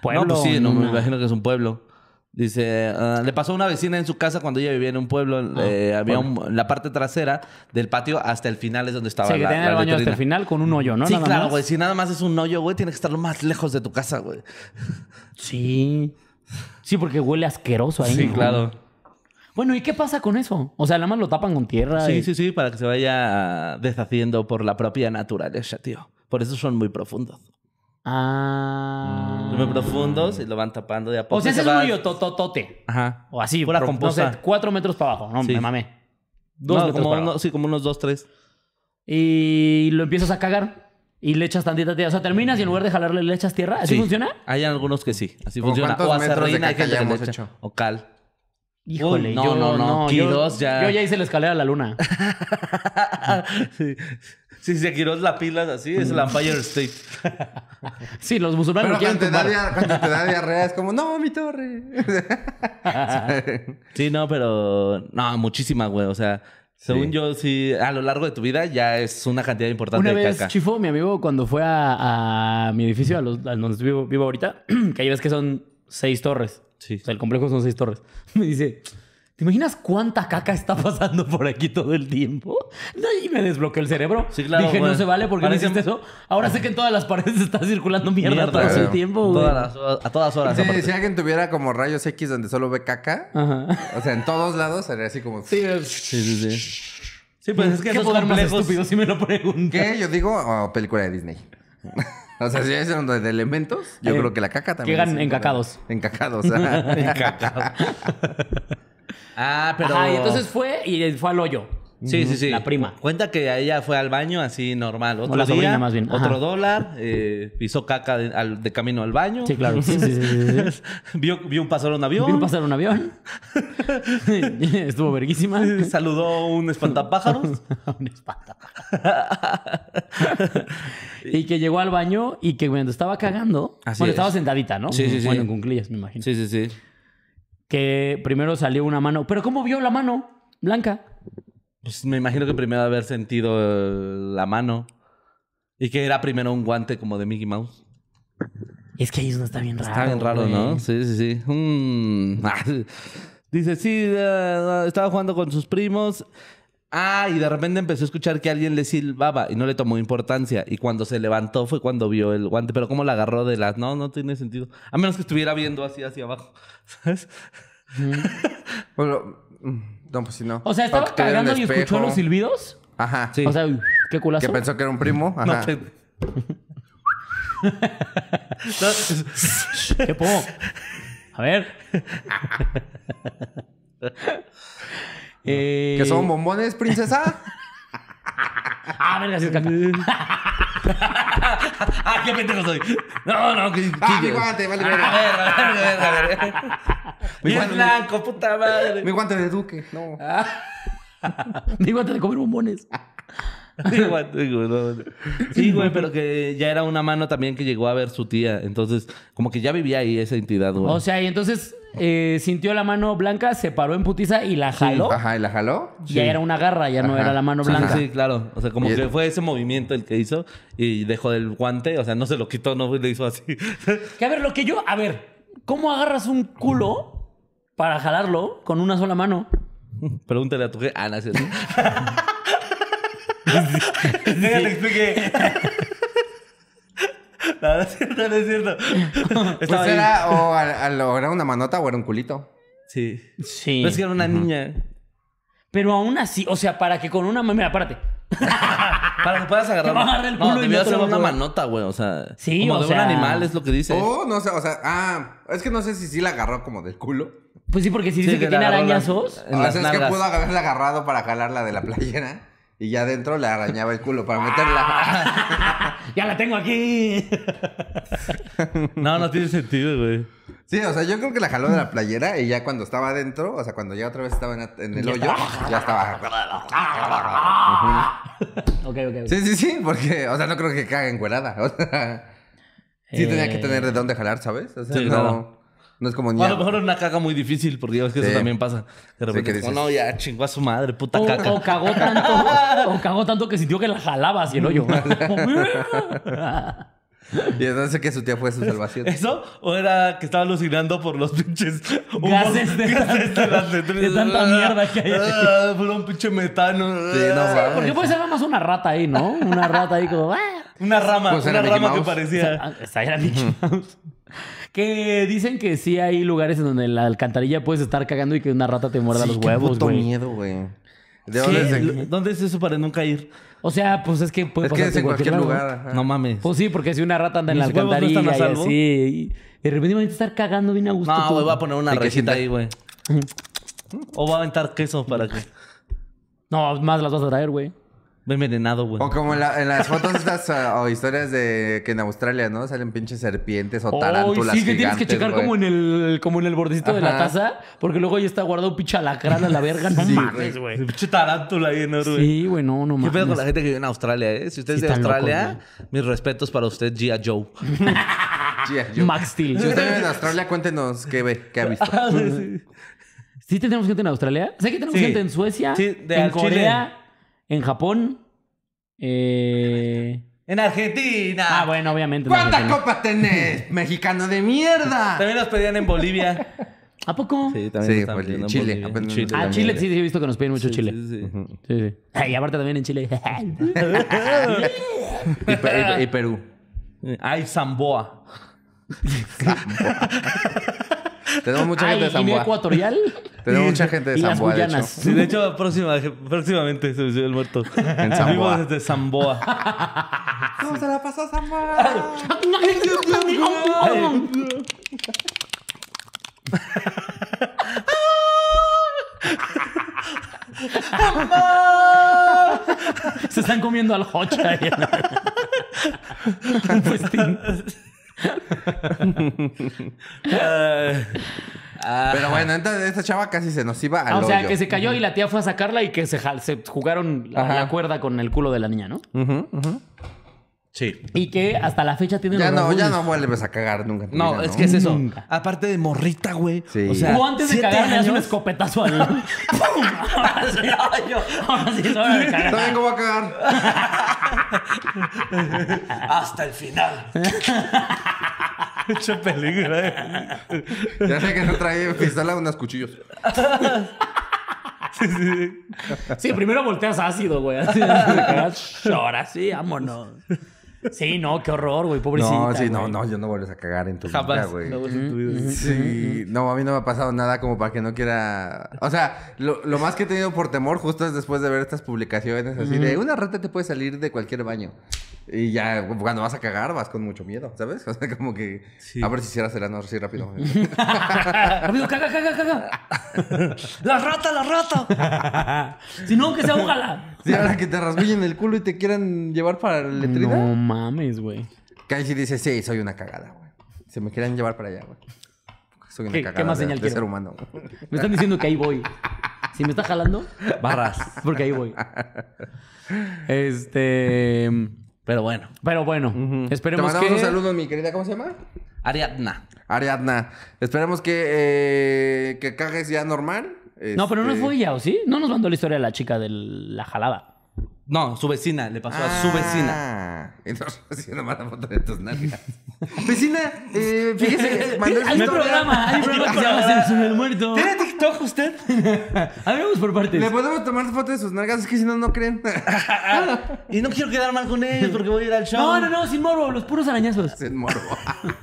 C: pueblo.
D: No, pues sí,
C: en
D: no, me
C: una-
D: imagino que es un pueblo. Dice, ah, le pasó a una vecina en su casa cuando ella vivía en un pueblo.
C: Ah.
D: eh, había un- en la parte trasera del patio hasta el final es donde estaba
C: Sí, que
D: la,
C: tenían
D: la
C: el baño hasta
D: letrina.
C: el final con un hoyo, ¿no?
D: sí,
C: Nada
D: claro,
C: más.
D: güey. Si nada más es un hoyo, güey, tiene que estar lo más lejos de tu casa, güey.
C: Sí. Sí, porque huele asqueroso ahí. ¿no? Bueno, ¿y qué pasa con eso? O sea, nada más lo tapan con tierra.
D: Sí,
C: y-
D: sí, sí, para que se vaya deshaciendo por la propia naturaleza, tío. Por eso son muy profundos.
C: Ah.
D: Son muy profundos y lo van tapando de a poco.
C: O sea,
D: y
C: ese es
D: se
C: un
D: va-
C: hoyo tototote.
D: Ajá.
C: O así,
D: Pues Pura
C: pro-
D: composta.
C: No sé, cuatro metros para abajo. No,
D: Sí.
C: me mamé. Dos
D: No,
C: metros
D: como,
C: para
D: uno-
C: abajo.
D: sí, como unos dos, tres.
C: Y lo empiezas a cagar. Y le echas tantita tierra. O sea, terminas y en lugar de jalarle le echas tierra. ¿Así
D: Sí.
C: funciona?
D: Hay algunos que sí, así
B: ¿Como
D: funciona.
B: cuántos
D: O
B: metros de
D: acerrín hay
B: caca
D: gente
B: ya
D: que le
B: hemos
D: echa.
B: hecho?
D: O cal.
C: Híjole,
D: Uy, no,
C: yo
D: no, no, Quirós
C: yo,
D: ya-
C: yo ya hice la escalera a la luna.
D: sí, sí, se giró la pila así, es el Empire State.
C: Sí, los musulmanes
B: Pero
C: lo quieren
B: cuando te, da
C: tumbar.
B: dia- cuando te da diarrea es como, no, mi torre.
D: Sí, no, pero no, muchísima, güey. O sea, según yo, sí, a lo largo de tu vida ya es una cantidad importante
C: Una
D: de
C: vez
D: caca.
C: chifó mi amigo cuando fue a, a mi edificio, a, los, a donde vivo, vivo ahorita, que ahí ves que son seis torres.
D: Sí.
C: O sea, el complejo son seis torres. Me dice, ¿te imaginas cuánta caca está pasando por aquí todo el tiempo? Y me desbloqueó el cerebro.
D: Sí, claro,
C: Dije,
D: güey.
C: no se vale porque no
D: Parece-
C: hiciste eso. Ahora sé que en todas las paredes está circulando mierda,
D: Mierda,
C: todo
B: güey.
C: el tiempo, güey.
D: Todas las horas- a todas horas.
B: Sí,
D: aparte.
B: si alguien tuviera como rayos X donde solo ve caca,
C: Ajá.
B: o sea, en todos lados sería así como,
C: Sí,
D: Sí, sí, sí. Sí, pues es que
C: ¿Qué
D: esos
C: poder más
D: complejos...
C: estúpido si me lo preguntas?
B: ¿qué? Yo digo, oh, película de Disney. O sea, si es donde de elementos, yo
C: Eh,
B: creo que la caca también.
C: llegan
B: es-
C: encacados.
B: Encacados. ajá.
D: Ah, pero...
C: Ajá, y entonces fue y fue al hoyo.
D: Sí, sí, sí.
C: La prima.
D: Cuenta que a ella fue al baño así normal. Otro
C: la
D: día,
C: sobrina, más bien. Ajá.
D: Otro dólar. eh, pisó caca de, al- de camino al baño.
C: Sí, claro. Sí, sí, sí, sí, sí.
D: vio, vio un pasar un avión.
C: Vino a pasar un avión. Estuvo verguísima.
D: Saludó un espantapájaros.
C: Un espantapájaros. y que llegó al baño y que cuando estaba cagando,
D: Así
C: bueno,
D: es.
C: estaba sentadita, ¿no?
D: Sí, sí, sí.
C: Bueno, en cunclillas, me imagino.
D: sí, sí, sí.
C: Que primero salió una mano. Pero ¿cómo vio la mano blanca?
D: Pues me imagino que primero haber sentido eh, la mano. Y que era primero un guante como de Mickey Mouse.
C: Es que ahí es donde está bien raro.
D: Está bien raro,
C: güey.
D: ¿no? Sí, sí, sí. Mm. Ah. Dice, sí, eh, estaba jugando con sus primos. Ah, y de repente empezó a escuchar que alguien le silbaba y no le tomó importancia. Y cuando se levantó fue cuando vio el guante. Pero cómo la agarró de las... No, no tiene sentido. A menos que estuviera viendo así hacia abajo. ¿Sabes?
B: Bueno, mm, no, pues si no.
C: O sea, estaba
B: O que tuviera un
C: cagando y escuchó
B: espejo.
C: los silbidos.
B: Ajá.
D: Sí.
C: O sea, uy, qué
B: Que
C: culazo.
B: pensó que era un primo.
D: No
B: Ajá.
D: sé.
C: Ah.
D: No,
C: ¿Qué pongo? A ver. Eh,
B: Que son bombones, princesa.
C: Ah, verga, sí es caca.
D: ah, qué pendejo soy. No, no, que...
B: ah, mi
D: que-
B: guante, vale,
D: A ver,
B: verga.
D: a ver, a ver, a ver. Bien
B: guante.
D: blanco, puta madre.
C: Ah,
B: Mi guante de duque. No.
C: Me iba a tener que comer bombones.
D: Sí, güey, digo, no, no. Sí, güey, pero que ya era una mano también que llegó a ver su tía. Entonces, como que ya vivía ahí esa entidad, güey.
C: O sea, y entonces eh, sintió la mano blanca, se paró en putiza y la jaló.
B: Ajá, ¿y la jaló?
C: y Ya era una garra, ya no
B: Ajá.
C: era la mano
D: Sí,
C: blanca.
D: Sí, claro. O sea, como
B: Y-
D: que fue ese movimiento el que hizo y dejó el guante. O sea, no se lo quitó, no le hizo así.
C: Que a ver, lo que yo. A ver, ¿cómo agarras un culo para jalarlo con una sola mano?
D: Pregúntale a tu jefe. Ah, no, sí, sí. Venga, te expliqué. No, no es cierto, no es cierto.
B: Pues
D: Estaba ahí.
B: era, o, a- a lo- era una manota o era un culito.
D: Sí.
C: Sí.
D: Pero es que era una niña.
C: Pero aún así, o sea, para que con una mano. Mira, aparte.
D: Para que puedas agarrar.
C: Te va a agarrar el
D: no,
C: culo y
D: debió
C: no te
D: ser
C: lo va a
D: una
C: poder.
D: manota, güey. O sea,
C: Sí,
D: como
C: o
D: de
C: sea.
D: un animal es lo que dice.
B: O Oh, no sé, o sea, ah, es que no sé si sí la agarró como del culo.
C: Pues sí, porque si
D: Sí,
C: dice que,
D: que la
C: tiene
D: agarró la-
C: arañazos.
D: En
B: o
D: las
B: sea, es que
D: nalgas.
B: pudo haberla agarrado para jalarla de la playera y ya adentro le arañaba el culo para meterla.
C: ya la tengo aquí.
D: No, no tiene sentido, güey.
B: Sí, o sea, yo creo que la jaló de la playera y ya cuando estaba adentro, o sea, cuando ya otra vez estaba en, en el hoyo, ya estaba.
C: ok, ok. ok.
B: Sí, sí, sí, porque, o sea, no creo que caga encuerada. O sea, sí tenía que
C: Eh.
B: tener de dónde jalar, ¿sabes? O sea,
D: Sí,
B: no,
D: claro.
B: no es como
D: O
B: ni.
D: a lo mejor era una caca muy difícil, porque ya ves que
B: Sí.
D: eso también pasa. De repente,
B: que dices-
D: como, no, ya chingó a su madre, puta
C: O,
D: caca.
C: o cagó tanto, o cagó tanto que sintió que la jalaba hacia el hoyo.
B: Y entonces que su tía fue su salvación.
D: ¿Eso? ¿O era que estaba alucinando por los pinches humos-
C: Gases de-
D: gases de, las letrinas?
C: de tanta mierda que hay ahí.
D: Ah, Puro un pinche metano. ah,
B: Sí, no mames.
C: Porque puede ser nada más una rata ahí, ¿no? Una rata ahí como. "Ah".
D: Una rama,
B: Pues era
D: una
B: Mickey
D: rama que
B: Mouse.
D: parecía.
C: Ah, Está ahí la Mickey Mouse. Que dicen que sí hay lugares en donde en la alcantarilla puedes estar cagando y que una rata te muerda
B: Sí,
C: los
B: qué
C: huevos,
B: puto
C: güey.
B: miedo, güey. De
D: Sí,
B: dónde se-
D: ¿Dónde es eso para nunca ir?
C: O sea, pues es que puede
B: Es que
C: pasar
B: es en cualquier lugar. ajá.
D: No mames.
C: Pues sí, porque si una rata anda en la
D: ¿Mis huevos no están a
C: alcantarilla y
D: salvo?
C: así, y de repente van a estar cagando bien a gusto.
D: No,
C: tú.
D: güey, voy a poner una
B: ¿De qué sienta?
D: recita ahí, güey. O va a aventar queso para que...
C: No, más las vas a traer, güey.
D: Ve envenenado, güey.
B: O como en, la- en las fotos estas ah, o historias de que en Australia, ¿no? Salen pinches serpientes o
C: Ay,
B: tarántulas.
C: sí, que tienes que
B: gigantes,
C: checar
B: güey.
C: como en el como en el bordecito de la
B: Ajá.
C: taza, porque luego ya está guardado un pinche alacrán a la verga. No
B: Sí,
C: mames,
D: güey.
C: güey.
D: Ese Pinche tarántula ahí enorme.
C: Sí, güey, no, no
D: ¿Qué pedo con
C: mames.
D: la gente que vive en Australia, eh? Si usted es
C: Sí,
D: de
C: están locos,
D: Australia, mis respetos para usted, Gia Joe.
B: Sí, yo-
C: Max Steel.
B: Si usted vive en Australia, cuéntenos qué ve, qué ha visto.
C: ¿Sí tenemos gente en Australia? Sé que tenemos
D: Sí.
C: gente en Suecia,
D: Sí, de
C: en
D: al Chile.
C: Corea, en Japón. Eh...
D: en Argentina.
C: Ah, bueno, obviamente. en
B: ¿Cuánta
C: Argentina.
B: copa tenés, mexicano de mierda?
D: También nos pedían en Bolivia.
C: ¿A poco?
B: también nos pedían en Bolivia. Chile.
C: Ah, Chile sí, sí, he visto que nos piden mucho Chile. Sí,
D: Ujú.
C: sí. Y aparte también en Chile.
B: Y, Pe- y- y Perú.
D: Ay, Zamboa.
B: Tenemos mucha gente
C: Ay,
B: de
C: Guinea
B: Zamboa.
C: Ecuatorial.
B: Tenemos mucha gente de
C: Y las
B: Zamboa, de hecho.
C: Guyanas.
D: Sí, de hecho, próxima- próximamente se me subió el muerto. En
B: Zamboa.
D: Vivo desde Zamboa.
B: ¿Cómo se la pasó Zamboa?
C: Se están comiendo al hocha. Un festín.
D: Ay. Ah,
B: Pero bueno, entonces esta chava casi se nos iba al
C: Ah, o sea,
B: hoyo.
C: que se cayó y la tía fue a sacarla y que se, jal- se jugaron la,
B: Ajá.
C: la cuerda con el culo de la niña, ¿no?
D: sí.
C: Y que hasta la fecha tiene
B: Ya
C: los
B: no, ya no
C: rasguños.
B: vuelves a cagar nunca. en tu
D: No,
B: vida,
D: es que es eso.
C: Nunca.
D: Aparte de morrita, güey.
B: Sí.
D: O sea,
C: O antes de
D: siete
C: cagar le das un
D: años.
C: escopetazo al... ¡Pum! Ahora sí, ay, yo- ahora sí es hora de cagar.
B: También voy a cagar.
D: Hasta el final. Mucho peligro, eh.
B: Ya sé que no trae pistola, unos cuchillos.
C: Sí, primero volteas ácido, güey. Así, antes de cagar. Ahora sí, vámonos. Sí, no, qué horror, güey. Pobrecita.
B: No, sí, no,
C: güey.
B: no, yo no vuelves a cagar en tu vida,
D: Jamás.
B: güey.
D: No, en tu vida.
B: Sí, no, a mí no me ha pasado nada como para que no quiera. O sea, lo, lo más que he tenido por temor justo es después de ver estas publicaciones así de una rata te puede salir de cualquier baño. Y ya cuando vas a cagar vas con mucho miedo, ¿sabes? O sea, como que a ver si hicieras el ano así rápido.
C: Rápido, caga, caga, caga. La rata, la rata. si no, que se ahógala.
B: Sí, ahora que te rasguñen el culo y te quieran llevar para la letrina.
C: No mames, güey.
B: Que ahí sí dice, sí, soy una cagada, güey. Se me quieren llevar para allá, güey. Soy una
C: ¿Qué- qué
B: cagada
C: más
B: de,
C: señal
B: de
C: quiero?
B: ser humano. güey.
C: Me están diciendo que ahí voy. Si me está jalando,
D: Barras.
C: porque ahí voy. Este.
D: Pero bueno.
C: Pero bueno,
B: Te
C: esperemos
B: mandamos
C: que.
B: un saludo, mi querida, ¿cómo se llama?
D: Ariadna.
B: Ariadna. Esperemos que, eh, que cagues ya normal.
C: No, pero no
B: Este,
C: fue ella, ¿o sí? No nos mandó la historia de la chica de la jalada.
D: No, su vecina. Le pasó a su vecina.
B: Ah, Entonces, haciendo mala foto de tus nalgas. Vecina, eh, fíjese, mandó esa
C: hay un
B: historia.
C: programa, hay un programa que se llama Censura del Muerto.
D: ¿Tiene TikTok usted?
C: A ver, vamos por partes.
B: Le podemos tomar foto de sus nalgas, es que si no, no creen.
D: y no quiero quedar mal con ellos porque voy a ir al show.
C: No, no, no, sin morbo, los puros arañazos.
B: Se morbo.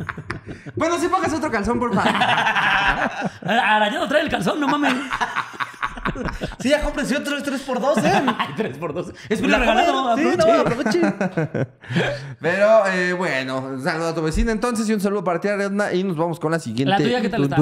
B: bueno, sí pongas otro calzón, por favor.
C: Ara- Arañado trae el calzón, no mames.
D: Sí, ya cómprense otro 3x2, ¿eh?
C: Ay, tres por dos. Es un
D: La
C: regalado,
D: comen. Sí,
C: aproveche.
D: no, aproveche.
B: Pero eh, bueno, un saludo a tu vecina entonces y un saludo para ti, Ariadna. Y nos vamos con la siguiente.
C: La tuya, ¿qué tal está?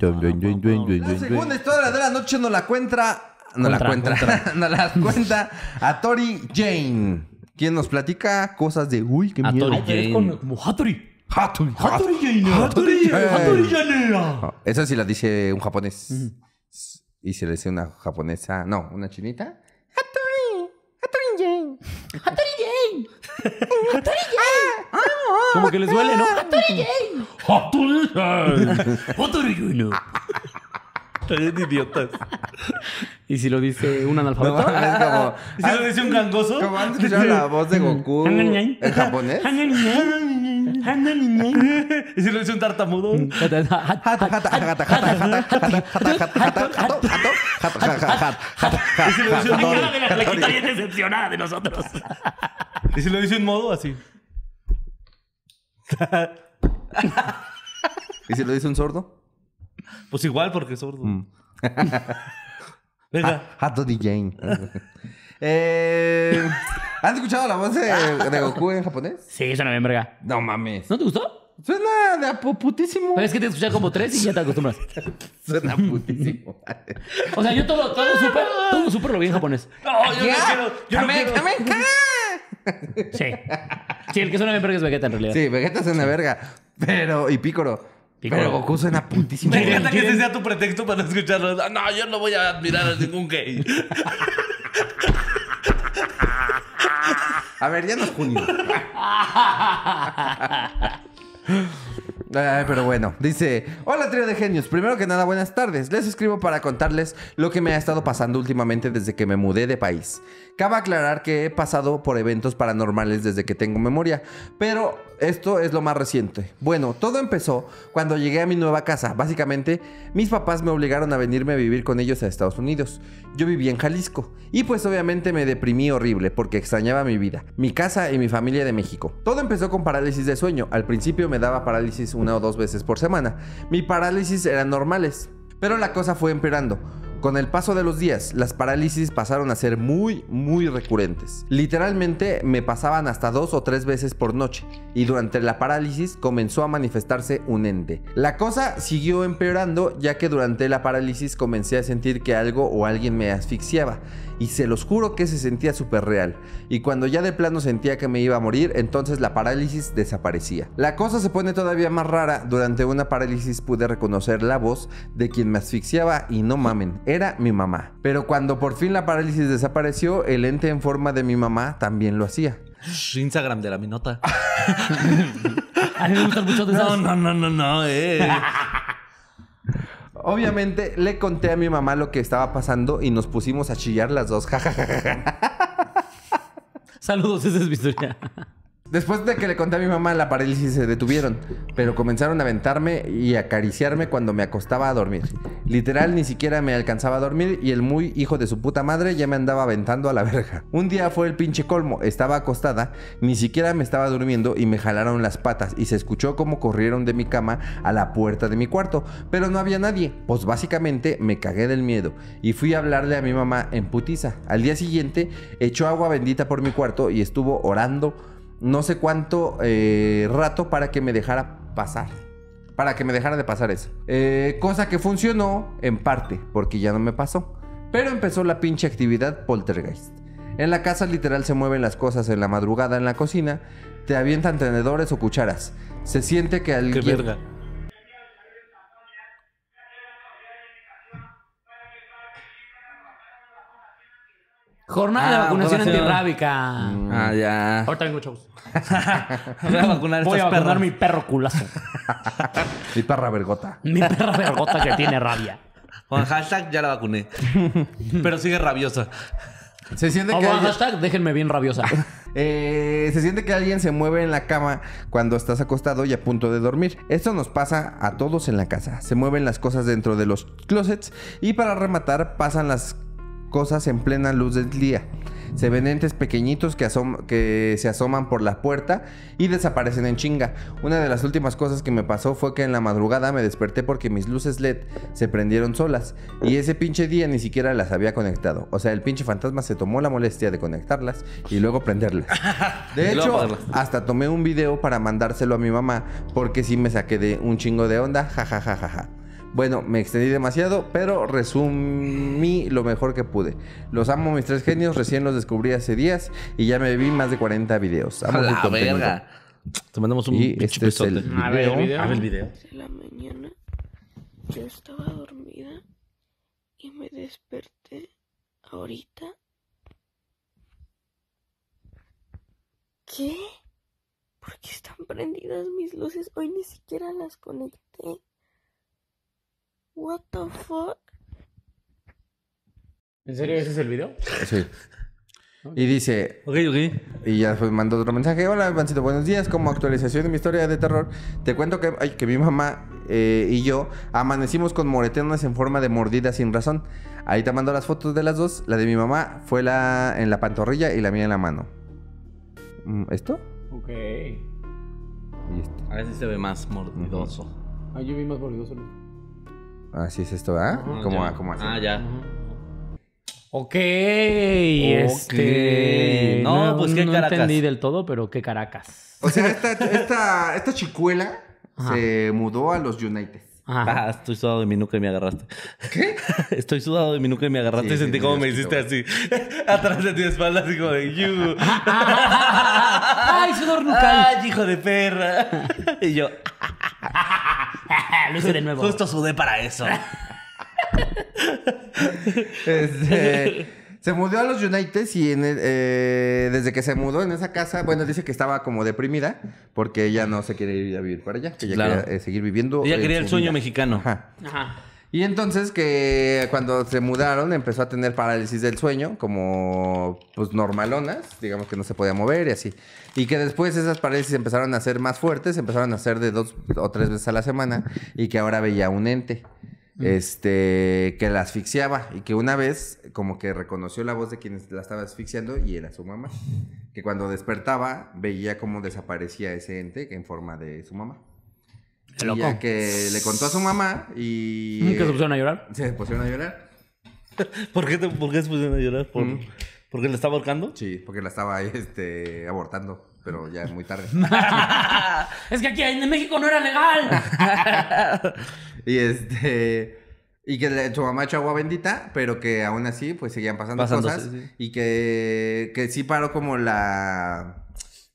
B: La segunda historia de la noche nos la cuenta. No la
C: Contra,
B: cuenta. nos la cuenta a Tori Jane. Quien nos platica cosas de uy, qué
D: A
B: miedo.
D: Tori
C: Ay, pero es con- como Hattori.
B: Hattori.
C: Hattori Janela.
B: Hattori Jane.
C: Hattori Janela.
B: Ah, Esa sí la dice un japonés. Y se le dice una japonesa. No, una chinita.
C: Como que les duele, ¿no? Hattori Jane. Hattori Janela.
D: Están idiotas.
C: Y si lo dice un
B: No,
C: analfabeto.
B: es como. ah,
D: ¿Y si lo dice un gangoso?
B: Como han escuchado la voz de Goku en japonés.
D: ¿Y si lo dice un tartamudo?
B: Hato, hato, hato, hato, hato, hato, hato, hato, hato, hato, hato, hato, hato,
D: ¿Y si lo dice un
C: La cara
D: modo?
C: de la flaquita bien decepcionada de nosotros.
D: ¿Y si lo dice un modo? Así.
B: ¿Y si lo dice un sordo?
D: Pues igual, porque es sordo.
B: Mm.
D: Venga.
B: Hato DJ. Eh, ¿Han escuchado la voz de, de Goku en japonés?
C: Sí, suena bien, verga.
B: No mames.
C: ¿No te gustó?
B: Suena de aputísimo.
C: Pero es que te escuchas como tres y ya te acostumbras.
B: Suena putísimo.
C: O sea, yo todo, todo súper, todo súper lo vi en japonés.
D: Ah, No, Oh, yo no quiero. Yo no
B: Kame,
D: quiero.
B: kame, kame.
C: Sí. Sí, el que suena bien verga es Vegeta en realidad.
B: Sí, Vegeta es una verga. Pero, y Pícoro.
C: Pícoro.
B: Pero Goku suena putísimo.
D: Me encanta que ese sea tu pretexto para no escucharlo. Ah, No, yo no voy a admirar a ningún gay.
B: A ver, ya no es junio. Ay, pero bueno, dice, hola trío de genios, primero que nada buenas tardes, les escribo para contarles lo que me ha estado pasando últimamente desde que me mudé de país. Cabe aclarar que he pasado por eventos paranormales desde que tengo memoria, pero esto es lo más reciente. Bueno, todo empezó cuando llegué a mi nueva casa, básicamente mis papás me obligaron a venirme a vivir con ellos a Estados Unidos. Yo vivía en Jalisco y pues obviamente me deprimí horrible porque extrañaba mi vida, mi casa y mi familia de México. Todo empezó con parálisis de sueño. Al principio me daba parálisis una o dos veces por semana. Mi parálisis eran normales, pero la cosa fue empeorando. Con el paso de los días, las parálisis pasaron a ser muy, muy recurrentes. Literalmente me pasaban hasta dos o tres veces por noche, y durante la parálisis comenzó a manifestarse un ente. La cosa siguió empeorando ya que durante la parálisis comencé a sentir que algo o alguien me asfixiaba, y se los juro que se sentía súper real. Y cuando ya de plano sentía que me iba a morir, entonces la parálisis desaparecía. La cosa se pone todavía más rara, durante una parálisis pude reconocer la voz de quien me asfixiaba y no mamen, era mi mamá. Pero cuando por fin la parálisis desapareció, el ente en forma de mi mamá también lo hacía.
D: Shh, Instagram de la minota.
C: A mí me gustan mucho de esas.
D: No, no, no, no, no. Eh.
B: Obviamente le conté a mi mamá lo que estaba pasando y nos pusimos a chillar las dos.
C: Saludos, esa es mi historia.
B: Después de que le conté a mi mamá la parálisis se detuvieron, pero comenzaron a aventarme y acariciarme cuando me acostaba a dormir. Literal ni siquiera me alcanzaba a dormir y el muy hijo de su puta madre ya me andaba aventando a la verga. Un día fue el pinche colmo, estaba acostada, ni siquiera me estaba durmiendo y me jalaron las patas y se escuchó como corrieron de mi cama a la puerta de mi cuarto, pero no había nadie, pues básicamente me cagué del miedo y fui a hablarle a mi mamá en putiza. Al día siguiente echó agua bendita por mi cuarto y estuvo orando no sé cuánto eh, rato para que me dejara pasar. Para que me dejara de pasar eso. Eh, cosa que funcionó en parte, porque ya no me pasó. Pero empezó la pinche actividad poltergeist. En la casa literal se mueven las cosas en la madrugada en la cocina, te avientan tenedores o cucharas. Se siente que
D: Qué
B: alguien
D: verga.
C: Jornada de
D: Ah,
C: vacunación
D: vacunación.
C: antirrábica.
D: Ah, ya.
C: Ahorita vengo, chavos.
D: Voy a vacunar a
C: Voy a
D: estas
C: vacunar
D: perras.
C: mi perro culazo.
B: y parra vergota.
C: mi perra vergota que tiene rabia.
D: Con hashtag ya la vacuné. Pero sigue rabiosa.
B: Se siente
C: O
B: que
C: con
B: alguien-
C: hashtag, déjenme bien rabiosa.
B: Eh, se siente que alguien se mueve en la cama cuando estás acostado y a punto de dormir. Esto nos pasa a todos en la casa. Se mueven las cosas dentro de los closets y para rematar pasan las cosas en plena luz del día. Se ven entes pequeñitos que, asom- que se asoman por la puerta y desaparecen en chinga. Una de las últimas cosas que me pasó fue que en la madrugada me desperté porque mis luces LED se prendieron solas y ese pinche día ni siquiera las había conectado. O sea, el pinche fantasma se tomó la molestia de conectarlas y luego prenderlas. De
D: Y luego
B: hecho,
D: apagarlas.
B: hasta tomé un video para mandárselo a mi mamá porque sí me saqué de un chingo de onda. Ja, ja, ja, ja, ja. Bueno, me extendí demasiado, pero resumí lo mejor que pude. Los amo, mis tres genios. Recién los descubrí hace días y ya me vi más de 40 videos.
D: A
B: Amo su
D: la
B: contenido.
D: verga. Te mandamos un
B: Y
D: pinche
B: este es el
D: besote.
B: A ver, el
C: video.
D: A ver el video.
E: de la mañana yo estaba dormida y me desperté ahorita. ¿Qué? ¿Por qué están prendidas mis luces? Hoy ni siquiera las conecté. What the fuck?
C: ¿En serio ese es el video?
B: Sí. Y dice,
D: Ok, ok.
B: Y ya después mandó otro mensaje. Hola, Mancito, buenos días. Como actualización de mi historia de terror, te cuento que, ay, que mi mamá eh, y yo amanecimos con moretones en forma de mordida sin razón. Ahí te mando las fotos de las dos. La de mi mamá fue la en la pantorrilla y la mía en la mano. Mm, ¿Esto?
C: Ok.
B: Y esto.
D: A ver si se ve más mordidoso.
C: Ah, yo vi más boludo solo.
B: Así es esto, ¿ah?
D: Ah,
B: ¿Cómo,
D: ya.
B: ah, cómo así?
D: Ah, ya.
C: Ok,
D: este,
C: este...
D: no, pues, qué
C: no
D: Caracas.
C: entendí del todo, pero qué caracas.
B: O sea, esta, esta, esta chicuela
C: Ajá.
B: se mudó a los United.
C: Ajá.
D: Ah, estoy sudado de mi nuca y me agarraste. ¿Qué? Estoy sudado de mi nuca y me agarraste
B: Sí,
D: y sentí
B: sí,
D: como
B: sí,
D: me
B: sí,
D: hiciste así. Atrás de tu espalda, así como de you. Ah.
C: ¡Ay, sudor nucal!
D: ¡Ay, hijo de perra! y yo, Ah,
C: Lo hice de nuevo.
D: justo sudé para eso.
B: Este, se mudó a los United y en el- eh, desde que se mudó en esa casa, bueno, dice que estaba como deprimida porque ella no se quiere ir a vivir para allá, que ella
D: Claro.
B: quería eh, seguir viviendo.
D: Ella
B: eh,
D: quería el
B: su
D: sueño
B: vida.
D: mexicano.
B: Ajá.
C: Ajá.
B: Y entonces que cuando se mudaron empezó a tener parálisis del sueño, como pues normalonas, digamos que no se podía mover y así. Y que después esas parálisis empezaron a ser más fuertes, empezaron a ser de dos o tres veces a la semana y que ahora veía un ente.
C: Mm.
B: Este, que la asfixiaba y que una vez como que reconoció la voz de quien la estaba asfixiando y era su mamá. Que cuando despertaba veía cómo desaparecía ese ente en forma de su mamá.
C: Qué
B: Y
C: loco.
B: ya que le contó a su mamá y...
C: ¿Qué se pusieron a llorar?
B: ¿Se pusieron a llorar?
D: ¿Por qué, te- por qué se pusieron a llorar? ¿Por,
B: Mm.
D: ¿Porque le estaba ahorcando?
B: Sí, porque la estaba este, abortando, pero ya muy tarde.
C: Es que aquí en México no era legal.
B: y este. Y que le- su mamá echó agua bendita, pero que aún así, pues seguían pasando
D: Pasándose,
B: cosas.
D: sí.
B: Y que, que sí paró como la.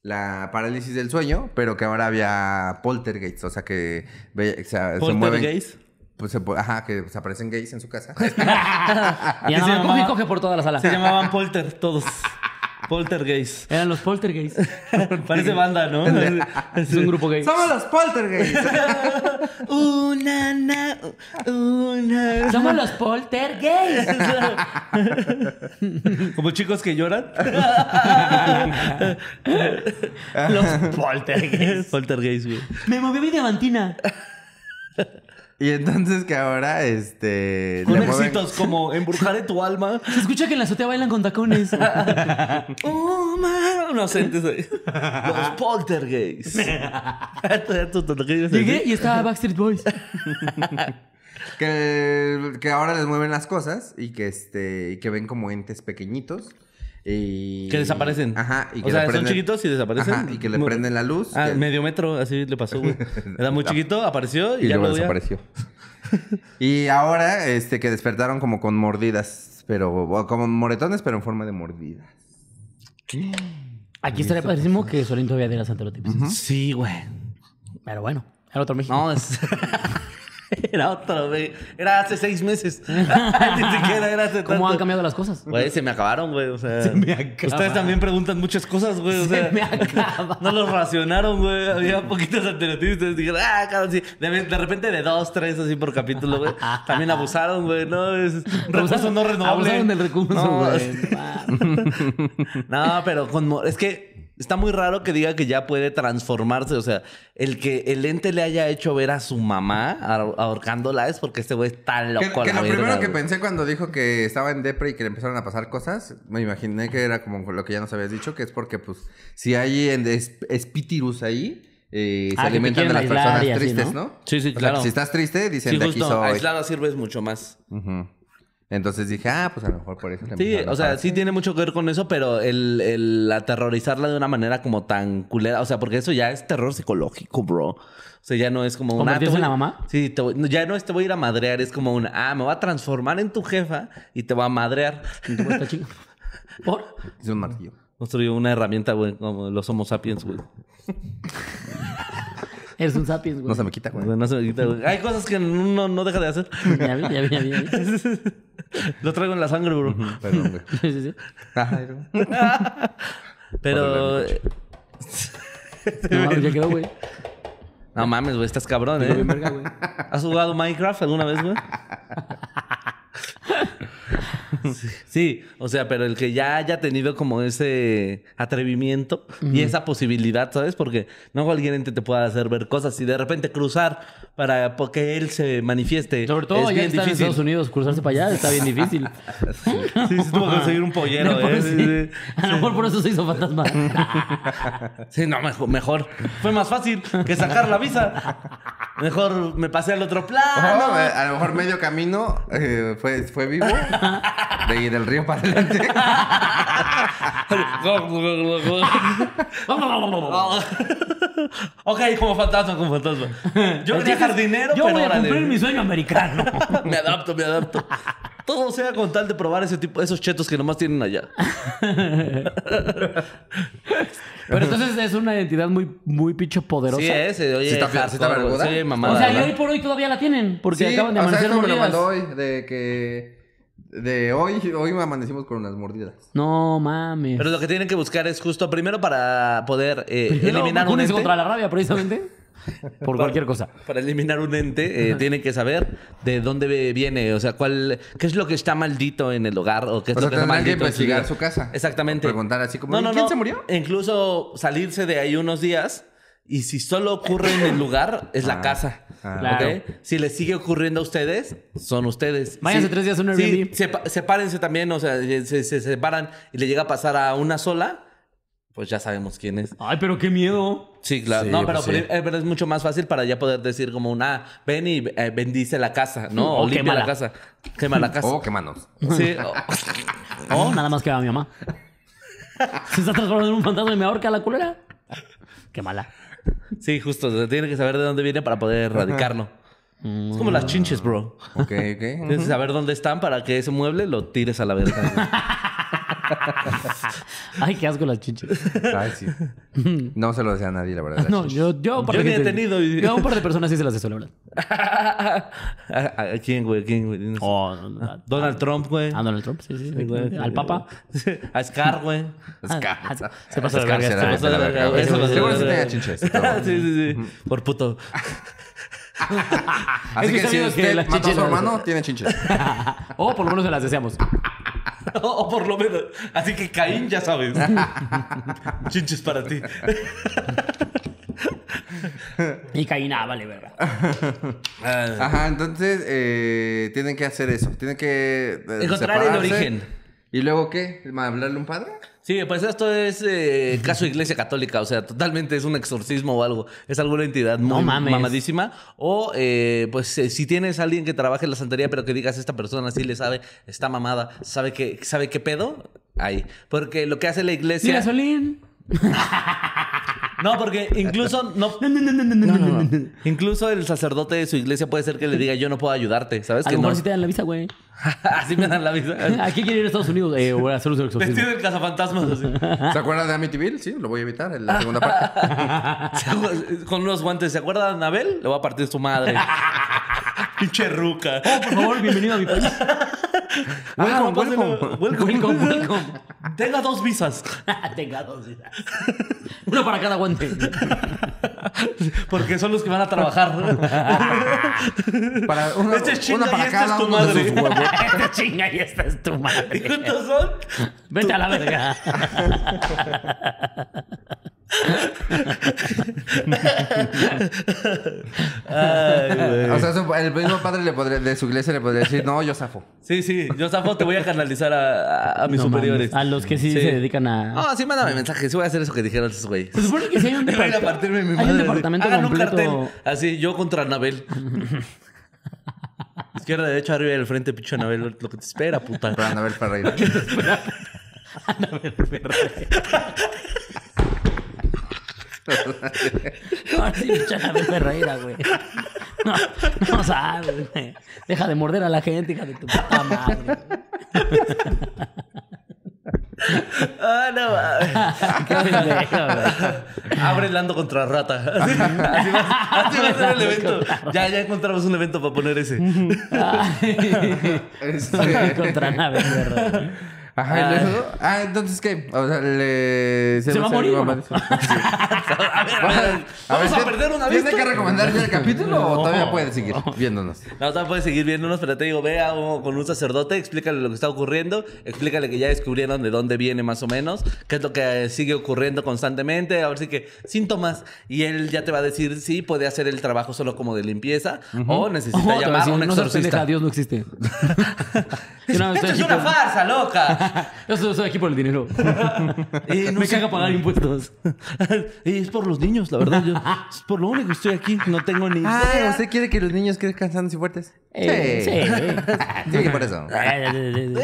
B: La parálisis del sueño, pero que ahora había poltergeists, o sea que ve- o sea, se mueven.
D: ¿Poltergeist?
B: Pues, se po- ajá, que se aparecen gays en su casa.
C: Y
D: se
C: andaban coge
D: llamaba-
C: y coge por toda la
B: Ah.
C: sala.
D: Se llamaban Polter, todos. Poltergeist.
C: Eran los poltergeists.
D: Parece banda, ¿no?
C: Es un grupo gay.
B: Somos los poltergeists.
D: Una, na, una.
C: Somos los poltergeists.
D: Como chicos que lloran.
C: los poltergeists.
D: Poltergeist, güey.
C: Me movió mi diamantina.
B: y entonces que ahora, este.
D: Con
B: le mueven-
D: éxitos como Embrujaré tu alma.
C: Se escucha que en la azotea bailan con tacones.
D: Oh, man. Inocentes. güey. Los poltergeist.
C: Llegué y estaba Backstreet Boys.
B: que, que ahora les mueven las cosas y que este y que ven como entes pequeñitos y
D: Que desaparecen.
B: ajá y
D: O
B: que le
D: sea, son
B: prenden-
D: chiquitos y desaparecen.
B: Ajá, y que le
D: Mu-
B: prenden la luz
D: Ah,
B: Pues que-
D: medio metro, así le pasó, güey. Era muy chiquito, apareció y,
B: y
D: ya
B: luego
D: lo
B: desapareció y ahora este que despertaron como con mordidas pero o como moretones pero en forma de mordidas
C: Aquí estaría padrísimo que Solín todavía diera santelotipos.
A: ¿Mm? Sí, güey.
C: Pero bueno, era otro México.
A: No, es... era otro, güey. Era hace seis meses. Ni siquiera era hace
C: ¿Cómo han
A: tanto.
C: cambiado las cosas?
A: Güey, se me acabaron, güey. O sea,
C: Se me acabaron.
A: Ustedes también preguntan muchas cosas, güey. O
C: Se
A: sea,
C: me acabaron.
A: No los racionaron, güey. Había poquitas alternativas. Ustedes dijeron, ah, cabrón, sí. De, de repente de dos, tres así por capítulo, güey. También abusaron, güey. No, es un recurso no renovable.
C: Abusaron del recurso,
A: No,
C: güey.
A: es- no, pero con mo- es que está muy raro que diga que ya puede transformarse. O sea, el que el ente le haya hecho ver a su mamá ahor- ahorcándola es porque este güey está loco.
B: Que,
A: a
B: que
A: la
B: lo
A: verga,
B: primero que
A: güey.
B: pensé cuando dijo que estaba en depre y que le empezaron a pasar cosas, me imaginé que era como lo que ya nos habías dicho, que es porque, pues, si hay en es- espíritus ahí, eh, se
C: Ah, que te
B: alimentan
C: quieren
B: de las
C: aislar
B: personas
C: y así,
B: tristes,
C: ¿no?
B: ¿no?
A: Sí, sí,
B: O sea,
A: claro.
B: que si estás triste, dicen
A: Sí,
B: de aquí
A: justo.
B: soy.
A: Aislado sirves mucho más.
B: Ujú. Entonces dije, ah, pues a lo mejor por eso. le
A: Sí,
B: empezaron a
A: o sea,
B: pasar.
A: sí tiene mucho que ver con eso, pero el, el aterrorizarla de una manera como tan culera, o sea, porque eso ya es terror psicológico, bro. O sea, ya no es como una...
C: ¿Convertirse en la mamá?
A: Sí, te voy- no, ya no es te voy a ir a madrear, es como una... Ah, me voy a transformar en tu jefa y te voy a madrear.
C: Está chido. ¿Por?
B: Es un martillo.
A: Construyó una herramienta, güey, como los Homo sapiens, güey.
C: Eres un sapiens, güey.
B: No se me quita, güey.
A: No se me quita, güey. Hay cosas que uno no deja de hacer.
C: Ya vi, ya vi, ya vi. ya vi.
A: Lo traigo en la sangre, bro.
B: Perdón, güey.
C: Sí, sí, sí.
B: Ay, no.
A: Pero... eh,
C: No, mames, ya quedó, güey.
A: No mames, güey, estás cabrón,
C: Quedó bien
A: ¿eh?
C: verga, güey.
A: ¿Has jugado Minecraft alguna vez, güey? Sí, o sea, pero el que ya haya tenido como ese atrevimiento y esa posibilidad, ¿sabes? Porque no cualquier ente te pueda hacer ver cosas y de repente cruzar para po- que él se manifieste.
C: Sobre todo
A: es
C: allá
A: bien
C: están en
A: difícil.
C: Estados Unidos, cruzarse para allá está bien difícil.
A: Sí, sí, tuvo que conseguir un pollero,
C: Por
A: ¿eh?
C: eso-
A: Sí,
C: A lo mejor por eso se hizo fantasma.
A: sí. Sí, no, mejor, mejor. Fue más fácil que sacar la visa. Mejor me pasé al otro
D: Ah,
A: plano.
B: Oh, a a lo mejor medio camino eh, fue, fue vivo. De, del río para adelante.
A: ok, como fantasma, como fantasma. Yo quería
C: Entonces,
A: jardinero,
C: Yo
A: pero
C: voy a
A: órale.
C: cumplir mi sueño americano.
A: Me adapto, me adapto. Todo sea con tal de probar ese tipo, esos chetos que nomás tienen allá.
C: Pero entonces es una identidad muy, muy pinche poderosa.
A: Sí, ese, oye.
B: Sí está- sí
A: hardcore,
B: está verguda.
A: Sí, mamada.
C: O sea, y
A: ¿verdad?
C: hoy por hoy todavía la tienen, porque
B: Sí,
C: acaban de
B: o sea,
C: amanecer
B: eso me lo
C: mordidas.
B: mandó hoy. De que. De hoy, hoy amanecimos con unas mordidas.
C: No mames.
A: Pero lo que tienen que buscar es justo primero para poder eh,
C: Primero,
A: eliminar un
C: vacúnense
A: ente.
C: contra la rabia, precisamente. Por cualquier cosa.
A: Para eliminar un ente, eh, tienen que saber de dónde viene, o sea, cuál, qué es lo que está maldito en el hogar o qué es
B: O
A: lo
B: sea,
A: que está
B: tendrán
A: maldito.
B: que
A: en
B: investigar
A: vida.
B: su casa.
A: Exactamente.
B: O preguntar así como, "¿Y quién se murió?"
A: Incluso salirse de ahí unos días y si solo ocurre en el lugar, es la
B: Ah,
A: casa.
B: ah.
A: ¿ok?
C: Claro.
A: Si les sigue ocurriendo a ustedes, son ustedes.
C: Váyanse
A: Sí,
C: tres días a un
A: sí,
C: Airbnb.
A: sepa- sepárense también, o sea, eh, se, se separan y le llega a pasar a una sola, pues ya sabemos quién es.
C: Ay, pero qué miedo.
A: Sí, claro.
B: Sí,
A: no, pero,
B: pues sí.
A: eh, pero es mucho más fácil para ya poder decir como una, ven y eh, bendice la casa, ¿no?
C: O
A: O, limpia
C: quémala.
A: la casa. Quema la casa.
B: Oh, qué manos.
A: Sí.
C: Oh, nada más que a mi mamá. Se está transformando en un fantasma y me ahorca la culera. Qué mala.
A: sí, justo. o sea, tiene que saber de dónde viene para poder erradicarlo. Es como las chinches, bro.
B: Ok, ok.
A: Tienes que saber dónde están para que ese mueble lo tires a la verga.
C: Ay, qué asco las chinches.
B: Ay, sí. No se lo decía a nadie, la verdad.
C: No, yo, yo, a un par
A: Yo
C: de
A: ni he
C: gente-
A: tenido y-
C: Yo a un par de personas sí se las he celebrado.
A: ¿A- a- a ¿Quién, güey? ¿A ¿Quién, güey? No sé.
C: Oh,
A: Donald Trump, güey.
C: A Donald Trump, sí, sí.
A: Sí, güey.
C: Al Ah, Papa.
A: A Scar, güey.
B: Esca-
C: Ah, se pasó de
B: Esca-
C: verga,
B: será-
C: se
B: será
C: pasó de
B: la
A: verga,
B: verga,
A: güey.
B: güey.
A: Se pasó de
B: Seguro sí
A: verga.
B: tenía chinches. y todo.
A: sí, sí, sí. Por puto.
C: Así
B: Así que si usted mató a su hermano, tiene chinches.
C: O por lo menos se las deseamos.
A: O, o por lo menos. Así que Caín, ya sabes. Chinches para ti.
C: Y Caína, vale, verga.
A: Ah,
B: Ajá, entonces eh, tienen que hacer eso. Tienen que. eh,
A: Encontrar el
B: separarse.
A: origen.
B: ¿Y luego qué? ¿Hablarle a un padre?
A: Sí, pues esto es eh, caso de iglesia católica, o sea, totalmente es un exorcismo o algo. Es alguna entidad muy
C: mames.
A: mamadísima. O, eh, pues, eh, si tienes a alguien que trabaje en la santería, pero que digas, esta persona sí le sabe, está mamada, sabe qué, sabe qué pedo, ahí. Porque lo que hace la iglesia...
C: Mira, Solín.
D: No, porque incluso no,
C: No, no, no, no, no, no, no, no, no.
D: incluso el sacerdote de su iglesia puede ser que le diga yo no puedo ayudarte, ¿sabes?
C: A
D: Que
C: lo
D: no.
C: mejor sí te dan la visa, güey.
D: Así me dan la visa.
C: ¿A qué quiere ir a Estados Unidos? Eh, voy a hacer un exorcismo.
D: Vestido del cazafantasmas así.
B: ¿Se acuerdan de Amityville? Sí, lo voy a evitar en la segunda parte.
D: Con unos guantes. ¿Se acuerda de Anabel? Le voy a partir su madre. Pinche ruca.
C: Por favor, bienvenido a mi país.
B: Ah,
D: Welcome,
B: welcome.
D: welcome.
C: Welcome, welcome.
D: Tenga dos visas.
C: Tenga dos vidas. Uno para cada guante.
D: Porque son los que van a trabajar.
B: Para una,
D: Este es
B: una
D: chinga y
B: para
D: este
B: cada
D: es tu
B: uno de
D: madre.
B: sus huevos.
C: Esta chinga y esta es tu
D: ¿Y
C: madre.
D: cuántos son?
C: Vete a la verga.
B: O sea, su- el mismo padre le podría- de su iglesia le podría decir, no, yo zafo.
D: Sí, sí. Yo, Zafo, te voy a canalizar a, a- a mis
C: No
D: superiores.
C: mames, A los que sí, se dedican a.
D: No, sí, mándame mensajes. Sí voy a hacer eso que dijeron esos güeyes.
C: Se supone que sí hay un
D: Te voy a ir a
C: departa-
D: partirme mi
C: hay un
D: madre.
C: departamento
D: Hagan
C: completo.
D: un cartel. Así, yo contra Anabel. Izquierda, derecha, arriba y al frente, pinche Anabel. Lo que te espera, puta.
B: Para Anabel Ferreira.
C: Ahora sí, pinche Anabel Ferreira, güey. No, no sabes, güey. Deja de morder a la gente, hija de tu puta madre.
D: Ah, no. mames.
C: Qué pendejo, güey.
D: Abre el ando contra rata. Así, así va, así va a ser el evento. Ya, ya encontramos un evento para poner ese.
C: Ay,
B: Este-
C: Contra Anabel Ferreira.
B: Ajá, ¿y luego? Ah, entonces qué? O sea, le...
C: ¿Se va a morir o no?
B: Sí.
D: A ver, a ver. Vamos a
B: ¿tien-
D: perder una
B: ¿Tiene
D: vista.
B: que recomendar ya el capítulo o
C: No.
B: todavía puede seguir viéndonos?
D: No, todavía puedes seguir viéndonos, pero te digo, ve a un- con un sacerdote, explícale lo que está ocurriendo, explícale que ya descubrieron de dónde viene más o menos, qué es lo que eh, sigue ocurriendo constantemente, ahora sí que síntomas, y él ya te va a decir si puede hacer el trabajo solo como de limpieza o necesita
C: Ojo, te voy a
D: llamar
C: decir,
D: a un
C: no seas pendeja,
D: exorcista.
C: Dios no existe. Yo nada más
D: ¡Esto
C: estoy aquí
D: es una
C: por-
D: farsa, loca!
C: yo solo estoy aquí por el dinero.
D: Eh, no
C: Me
D: sé-
C: caga pagar impuestos.
D: Eh, es por los niños, la verdad. yo- es por lo único que estoy aquí. No tengo ni
B: Ah,
D: idea.
B: ¿usted quiere que los niños crezcan sanos y fuertes?
C: Eh,
B: Sí, por eso.
C: sí.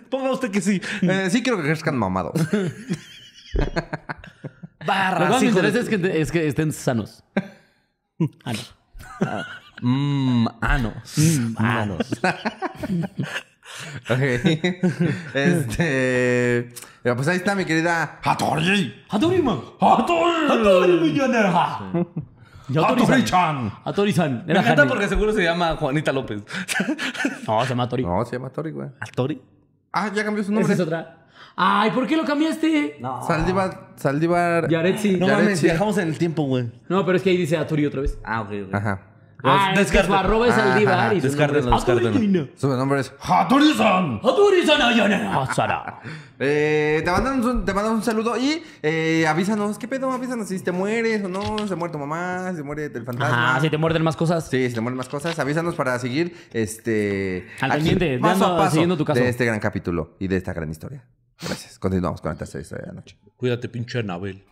D: Ponga usted que sí.
B: Eh, sí quiero que crezcan mamados.
C: Lo que
D: Barra,
C: más me interesa es que, es que estén sanos. Ah, no.
D: Mmm, anos.
C: Manos.
B: Ok. Este. eh, Pues ahí está mi querida Hattori.
C: Atori-chan. Atori-san.
D: Me
C: Era
D: encanta
C: Hanley.
D: porque seguro se llama Juanita López.
C: No, se llama Atori.
B: No, se llama Hattori, güey.
D: ¿Atori?
B: Ah, ya cambió su
C: Esa
B: nombre.
C: es otra. Ay, ¿por qué lo cambiaste?
D: No.
B: Saldívar. Saldívar.
C: Yaretsi.
D: No
C: No.
D: mames,
B: Yaretsi.
D: viajamos en el tiempo, güey.
C: pero es que ahí dice Atori otra vez.
D: Ah, ok, ok.
B: Ajá.
C: Ah, es que su
D: descártalo.
C: arroba es Aldívar y su nombre es
D: Descártalo, descártalo.
C: Atori-san.
B: Su nombre es Hattori-san.
C: Atori-san. Ayanara.
B: Eh, te, mandamos un, te mandamos un saludo y eh, avísanos. ¿Qué pedo? Avísanos si te mueres o no. Se muere tu mamá, se muere el fantasma.
C: Ajá, si te muerden más cosas.
B: Sí, si te mueren más cosas, avísanos para seguir este
C: Al pendiente,
B: paso
C: dando-
B: a paso
C: siguiendo tu caso.
B: de este gran capítulo y de esta gran historia. Gracias. Continuamos con la tercera historia de la noche.
D: Cuídate, pinche Anabel.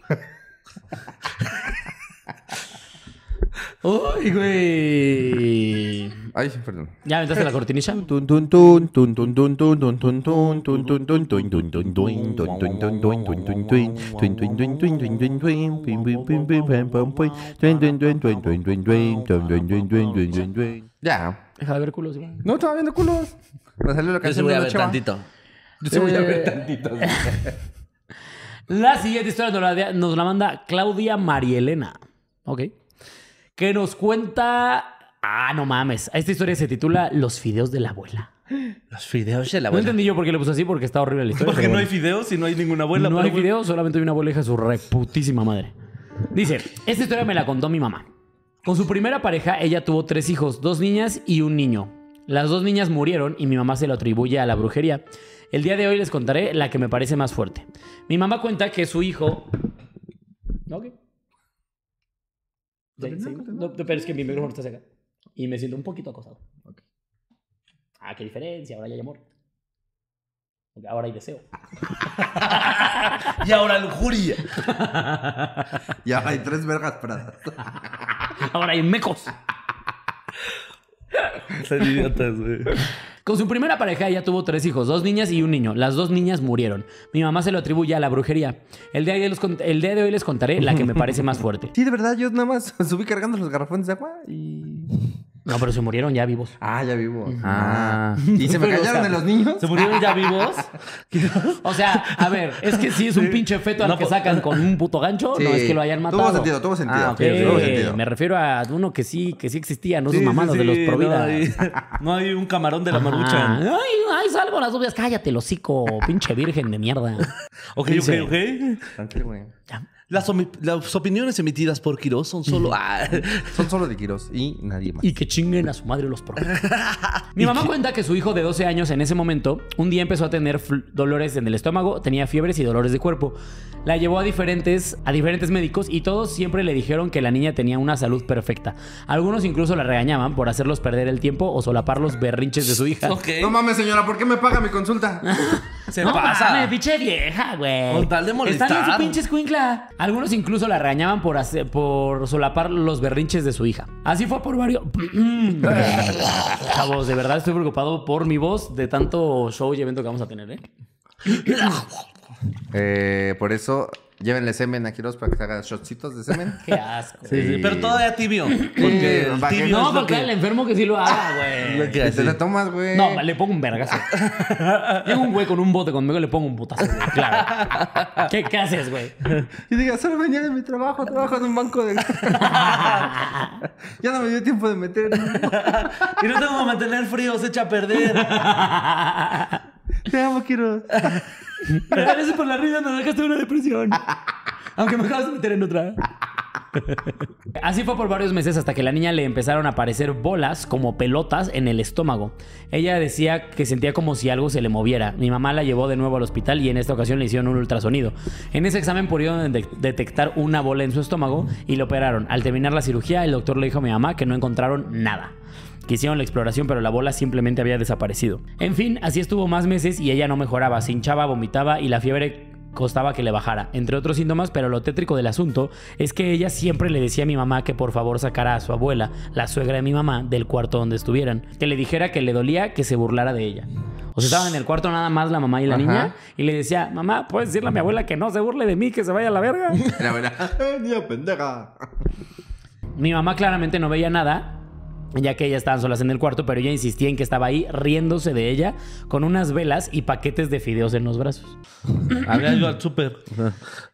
C: Uy, güey.
B: Ay, perdón.
C: ¿Ya aventaste la cortinilla?
B: Tun, tun, tun, tun, tun, tun, tun, tun, tun, tun, tun, tun, tun, tun, tun, tun, tun, tun, tun, tun, tun, tun, tun, tun. Tun, tun, tun, tun, tun, tun, tun. Pim, pim, pim, pim, pam, pam, pum. Tun, tun, tun, tun, tun, tun, tun. Tun, tun, tun, tun, tun, tun, tun. Ya.
C: Deja de ver culos, güey.
B: No estaba viendo culos. Me salió la
D: Yo sí
B: canción
D: voy
B: de
D: a
B: la
D: ver
B: chava.
D: tantito.
B: Yo sí voy a ver
C: Eh,
B: tantito.
C: La siguiente historia nos la, nos la manda Claudia Marielena. Ok. Que nos cuenta. Ah, no mames. Esta historia se titula Los fideos de la abuela.
D: Los fideos de la
C: No
D: abuela.
C: entendí yo por qué le puse así, porque está horrible la historia.
D: Porque
C: pero
D: no hay
C: bueno.
D: fideos y no hay ninguna abuela.
C: No
D: pero
C: hay
D: bueno.
C: video, solamente hay una abuela hija de su reputísima madre. Dice: Esta historia me la contó mi mamá. Con su primera pareja, ella tuvo tres hijos, dos niñas y un niño. Las dos niñas murieron y mi mamá se lo atribuye a la brujería. El día de hoy les contaré la que me parece más fuerte. Mi mamá cuenta que su hijo. Ok. Sí, sí. No, pero es que mi micrófono está acá. Y me siento un poquito acosado. Ah, qué diferencia. Ahora ya hay amor. Ahora hay deseo.
D: Y ahora lujuria.
B: Ya hay tres vergas paradas.
C: Ahora hay mecos.
D: Son idiotas, güey.
C: Con su primera pareja ella tuvo tres hijos, dos niñas y un niño. Las dos niñas murieron. Mi mamá se lo atribuye a la brujería. El día de, los cont- el día de hoy les contaré la que me parece más fuerte.
B: Sí, de verdad, yo nada más subí cargando los garrafones de agua y.
C: No, pero se murieron ya vivos.
B: Ah, ya vivo.
C: Ah.
B: ¿Y se me
C: Pero, o
B: callaron
C: sea,
B: de los niños?
C: ¿Se murieron ya vivos? o sea, a ver, es que si es un pinche feto al que sacan con un puto gancho, no es que lo hayan matado.
B: Tuvo sentido, tuvo sentido.
D: Ah, ok,
C: Eh,
B: Tuvo sentido.
C: me refiero a uno que sí, que sí existía, no
D: Sí,
C: sus
D: sí,
C: mamadas de los
D: sí,
C: Provida.
D: No hay, no hay un camarón de la
C: Ajá.
D: marucha.
C: Ay, ay, salvo las dudas. Cállate, el hocico, pinche virgen de mierda.
D: Ok,
C: Dice-
D: ok, ok.
B: Tranquilo, güey.
D: Las, omi- las opiniones emitidas por Quirós son solo... Ah.
B: Son solo de Quirós y nadie más.
C: Y que chinguen a su madre los problemas. Mi mamá cuenta que su hijo de 12 años en ese momento, un día empezó a tener fl- dolores en el estómago, tenía fiebres y dolores de cuerpo. La llevó a diferentes, a diferentes médicos y todos siempre le dijeron que la niña tenía una salud perfecta. Algunos incluso la regañaban por hacerlos perder el tiempo o solapar los berrinches de su hija.
D: Ok.
B: No mames, señora, ¿por qué me paga mi consulta?
D: Se
C: no
D: pasa.
C: mames, pinche vieja, güey.
D: Con tal de molestar.
C: Está bien su pinche escuincla. Algunos incluso la regañaban por, hacer- por solapar los berrinches de su hija. Así fue por varios... Chavos, de verdad estoy preocupado por mi voz de tanto show y evento que vamos a tener, ¿eh?
B: Eh, por eso, llévenle semen a Quirós para que se haga shotcitos de semen.
C: Qué asco.
D: Sí, sí, pero todavía tibio. Porque el
B: va que-
D: tibio
C: No,
D: es lo
C: porque
D: que...
C: el enfermo que sí lo haga, güey.
B: Y te la tomas, güey.
C: No, le pongo un vergazo. Llega un güey con un bote conmigo y le pongo un putazo, güey, Claro. ¿Qué, qué haces, güey?
B: Y diga, solo venía de mi trabajo, trabajo en un banco de. ya no me dio tiempo de meter.
D: Y no tengo que mantener frío, se echa a perder.
B: Te amo, Quirós.
C: Pero gracias por la risa, me dejaste una depresión. Aunque me acabas de meter en otra. Así fue por varios meses hasta que la niña le empezaron a aparecer bolas como pelotas en el estómago. Ella decía que sentía como si algo se le moviera. Mi mamá la llevó de nuevo al hospital y en esta ocasión le hicieron un ultrasonido. En ese examen pudieron de- detectar una bola en su estómago y le operaron. Al terminar la cirugía, el doctor le dijo a mi mamá que no encontraron nada. Que hicieron la exploración, pero la bola simplemente había desaparecido. En fin, así estuvo más meses y ella no mejoraba, se hinchaba, vomitaba y la fiebre costaba que le bajara, entre otros síntomas, pero lo tétrico del asunto es que ella siempre le decía a mi mamá que por favor sacara a su abuela, la suegra de mi mamá, del cuarto donde estuvieran, que le dijera que le dolía que se burlara de ella. O sea, estaban en el cuarto nada más la mamá y la
B: Ajá.
C: niña y le decía, mamá, ¿puedes decirle a mi abuela que no se burle de mí, que se vaya a la verga?
B: Era buena. ¡Eh, niña pendeja!
C: Mi mamá claramente no veía nada, ya que ellas estaban solas en el cuarto, pero ella insistía en que estaba ahí riéndose de ella con unas velas y paquetes de fideos en los brazos.
D: Habría ido al súper.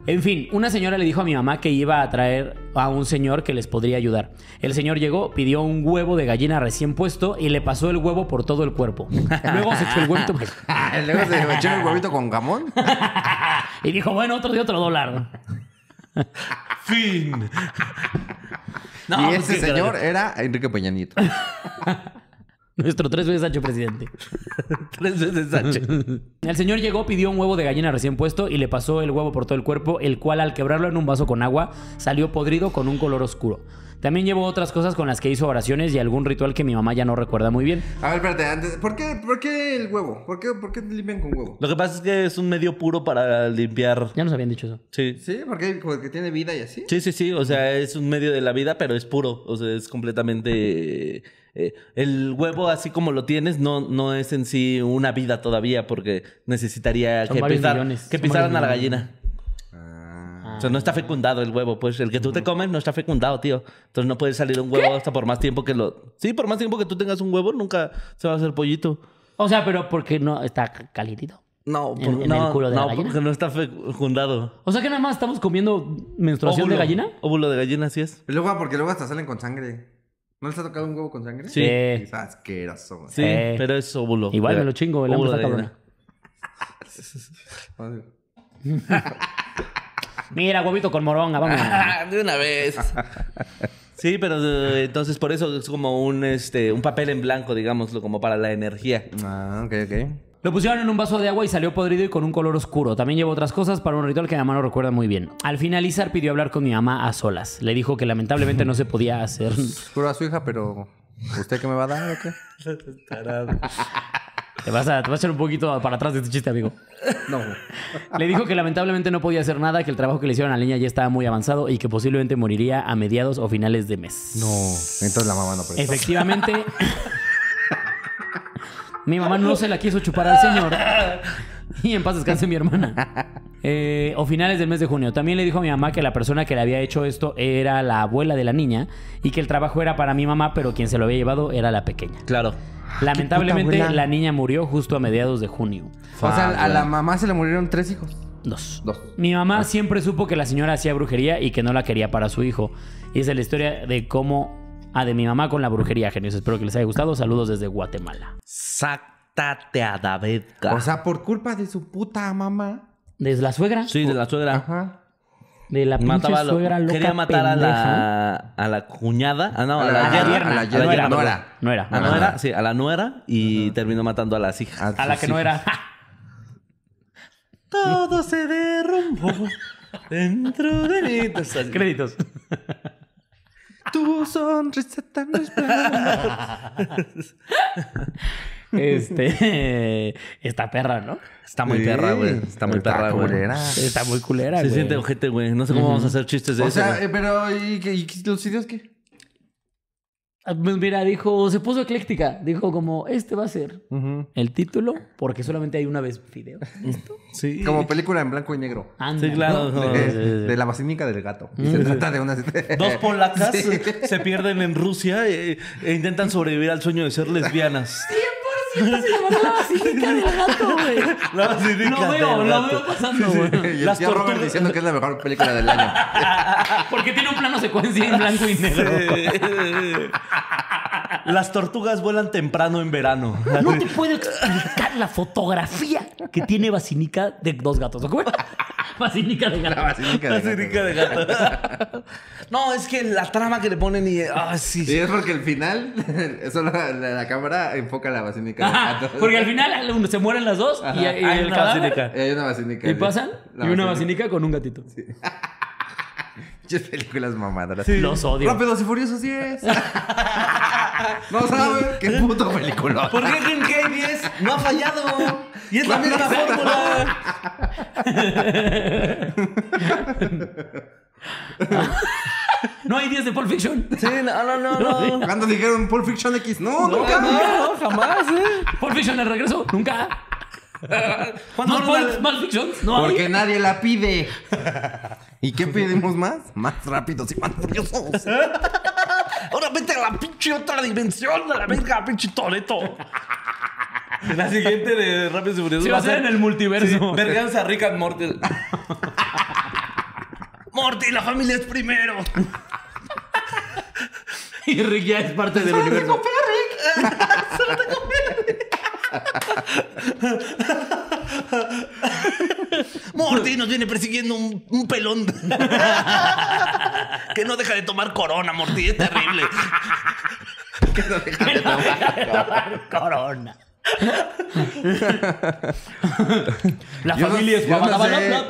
C: En fin, una señora le dijo a mi mamá que iba a traer a un señor que les podría ayudar. El señor llegó, pidió un huevo de gallina recién puesto y le pasó el huevo por todo el cuerpo. Luego se echó el huevito
B: Luego se me echó Ah, el huevito con jamón.
C: y dijo, bueno, otro de otro dólar.
D: Fin.
B: y
D: pues,
B: ese
D: qué
B: señor era Enrique Peña Nieto.
C: Nuestro tres veces ancho presidente.
D: Tres veces Sánchez.
C: El señor llegó, pidió un huevo de gallina recién puesto y le pasó el huevo por todo el cuerpo, el cual al quebrarlo en un vaso con agua salió podrido con un color oscuro. También llevó otras cosas con las que hizo oraciones y algún ritual que mi mamá ya no recuerda muy bien.
B: A ver, espérate, antes, ¿por qué, por qué el huevo? ¿Por qué, ¿Por qué te limpian con huevo?
D: Lo que pasa es que es un medio puro para limpiar.
C: Ya nos habían dicho eso.
D: Sí.
B: ¿Sí? Porque como que tiene vida y así.
D: Sí, sí, sí. O sea, es un medio de la vida, pero es puro. O sea, es completamente. eh, el huevo, así como lo tienes, no, no es en sí una vida todavía, porque necesitaría
C: Son
D: que,
C: varios
D: pisar-
C: millones,
D: que
C: son
D: pisaran
C: varios
D: a la
C: millones.
D: gallina.
B: Ah.
D: O sea, no está fecundado el huevo, pues el que tú te comes no está fecundado, tío. Entonces no puede salir un huevo hasta por más tiempo que lo. Sí, por más tiempo que tú tengas un huevo, nunca se va a hacer pollito.
C: O sea, pero porque no está calientito.
D: No,
C: ¿En-
D: por-
C: en
D: no,
C: el culo de la
D: no,
C: gallina?
D: porque no está fecundado.
C: O sea que nada más estamos comiendo menstruación de
D: Óvulo.
C: gallina.
D: Óvulo de gallina, así es.
B: Y luego, porque luego hasta salen con sangre. ¿No les ha tocado un huevo con sangre?
D: Sí.
B: Es asqueroso. güey.
D: Sí,
C: Eh.
D: pero es óvulo.
C: Igual
D: de-
C: me lo chingo, el hambre está
D: óvulo de
C: cabrona.
D: gallina.
B: Odio.
C: Mira, huevito con moronga, vamos.
D: Ah, de una vez. Sí, pero eh, entonces por eso es como un este un papel en blanco, digámoslo, como para la energía.
B: Ah, ok, ok.
C: Lo pusieron en un vaso de agua y salió podrido y con un color oscuro. También llevó otras cosas para un ritual que mi mamá no recuerda muy bien. Al finalizar pidió hablar con mi mamá a solas. Le dijo que lamentablemente no se podía hacer.
B: Juro Pues a su hija, pero ¿usted qué me va a dar o qué?
C: Te vas a, te vas a echar un poquito para atrás de este chiste, amigo.
B: No.
C: Le dijo que lamentablemente no podía hacer nada, que el trabajo que le hicieron a la niña ya estaba muy avanzado y que posiblemente moriría a mediados o finales de mes.
B: Pues, No. Entonces la mamá no prestó.
C: Efectivamente. Mi mamá no se la quiso chupar al señor. Y en paz descanse mi hermana. Eh, o finales del mes de junio. También le dijo a mi mamá que la persona que le había hecho esto era la abuela de la niña y que el trabajo era para mi mamá, pero quien se lo había llevado era la pequeña.
D: Claro.
C: Lamentablemente,
B: puta abuela.
C: la niña murió justo a mediados de junio.
B: O sea, a la
D: Fuck,
B: mamá se le murieron tres hijos.
C: Dos.
B: Dos.
C: Mi mamá siempre supo que la señora hacía brujería y que no la quería para su hijo. Y esa es la historia de cómo... Ah, de mi mamá con la brujería, genios. Espero que les haya gustado. Saludos desde Guatemala.
D: Sáctate a David.
B: O sea, por culpa de su puta mamá.
C: Desde la suegra.
D: sí, de la suegra.
B: Ajá.
C: De la pinche
D: Mataba a lo-
C: suegra loca
D: quería matar
C: pendeja.
D: a la a la cuñada, ah, no, a,
B: A
D: la,
B: la-
D: yerna,
B: a la
D: a la
B: yerna, no
D: yerna, perdón.
B: era.
C: No era.
D: A la nuera, sí, a la nuera y terminó matando a las hijas.
C: A la que no era.
D: Todo se derrumbó dentro de mí. Entonces,
C: Créditos.
B: Tu sonrisa tan
C: Este. Esta perra, ¿no?
D: Está muy perra, güey. Está muy perra, güey.
C: Está muy culera,
D: Se
C: Ah, güey.
D: siente ojete, güey. No sé cómo vamos a hacer chistes de
B: O
D: eso.
B: sea,
D: güey.
B: eh, pero ¿y, qué- y qué- los videos qué?
C: Ah, Pues mira, dijo. Se puso ecléctica. Dijo como: Este va a ser el título, porque solamente hay una vez video.
D: sí.
B: Como película en blanco y negro.
C: Ándale.
D: Sí, claro.
B: De,
D: no.
B: de la basílica del gato. Y se trata de una...
D: Dos polacas se pierden en Rusia e, e intentan sobrevivir al sueño de ser lesbianas. La basílica
C: Lo veo, lo
D: del gato.
C: veo pasando, güey.
B: y el
D: Las
B: tío Robert
D: tortugas-
B: diciendo que es la mejor película del año.
C: Porque tiene un plano secuencia en blanco y negro.
D: Eh, Las tortugas vuelan temprano en verano.
C: No te puedo explicar la fotografía que tiene Basínica de dos gatos, ¿de acuerdo? Basínica de
B: La
C: gatos.
B: basílica del
D: Basílica
B: gato.
D: de gato. No, es que la trama que le ponen y. Ah, sí.
B: Y es porque el final, eso la, la- la cámara enfoca la basílica del
C: Ajá,
B: gato.
C: porque al final uno- se mueren las dos y, y
D: Hay
C: el
D: una
C: cadáver,
D: basílica.
B: Y hay una basílica.
C: Y
B: sí.
C: pasan
B: La
C: y una basílica con un gatito.
B: Muchas películas mamadoras.
C: Los odio.
B: Rápidos y Furiosos 10. no saben qué puto película.
D: ¿Por qué Ken K10 no ha fallado? Y es la
B: Mira,
D: misma
B: sí.
D: fórmula.
C: No hay días de Pulp Fiction.
D: Sí, no, no, no. no.
B: Cuando dijeron Pulp Fiction X, no, nunca.
D: no, jamás, ¿eh?
C: Pulp Fiction el regreso, nunca.
D: ¿Cuándo
C: Más
D: no,
C: Pulp, más Fiction, no hay.
B: Porque nadie la pide. ¿Y qué pedimos más? Más rápidos y más furiosos.
D: Ahora vete a la pinche otra dimensión, a la verga, pinche Toreto. La siguiente de Rápidos y Furiosos
C: Se va a hacer en el multiverso.
D: Verganza Rick and Morty. Morty, la familia es primero.
C: Y Rick ya es parte del universo.
D: Morty nos viene persiguiendo un, un pelón. que no deja de tomar corona, Morty, es terrible.
C: Corona. La
B: Yo no-
C: familia es
B: yo no
C: Guabacabalot,
B: sé.
C: ¿no?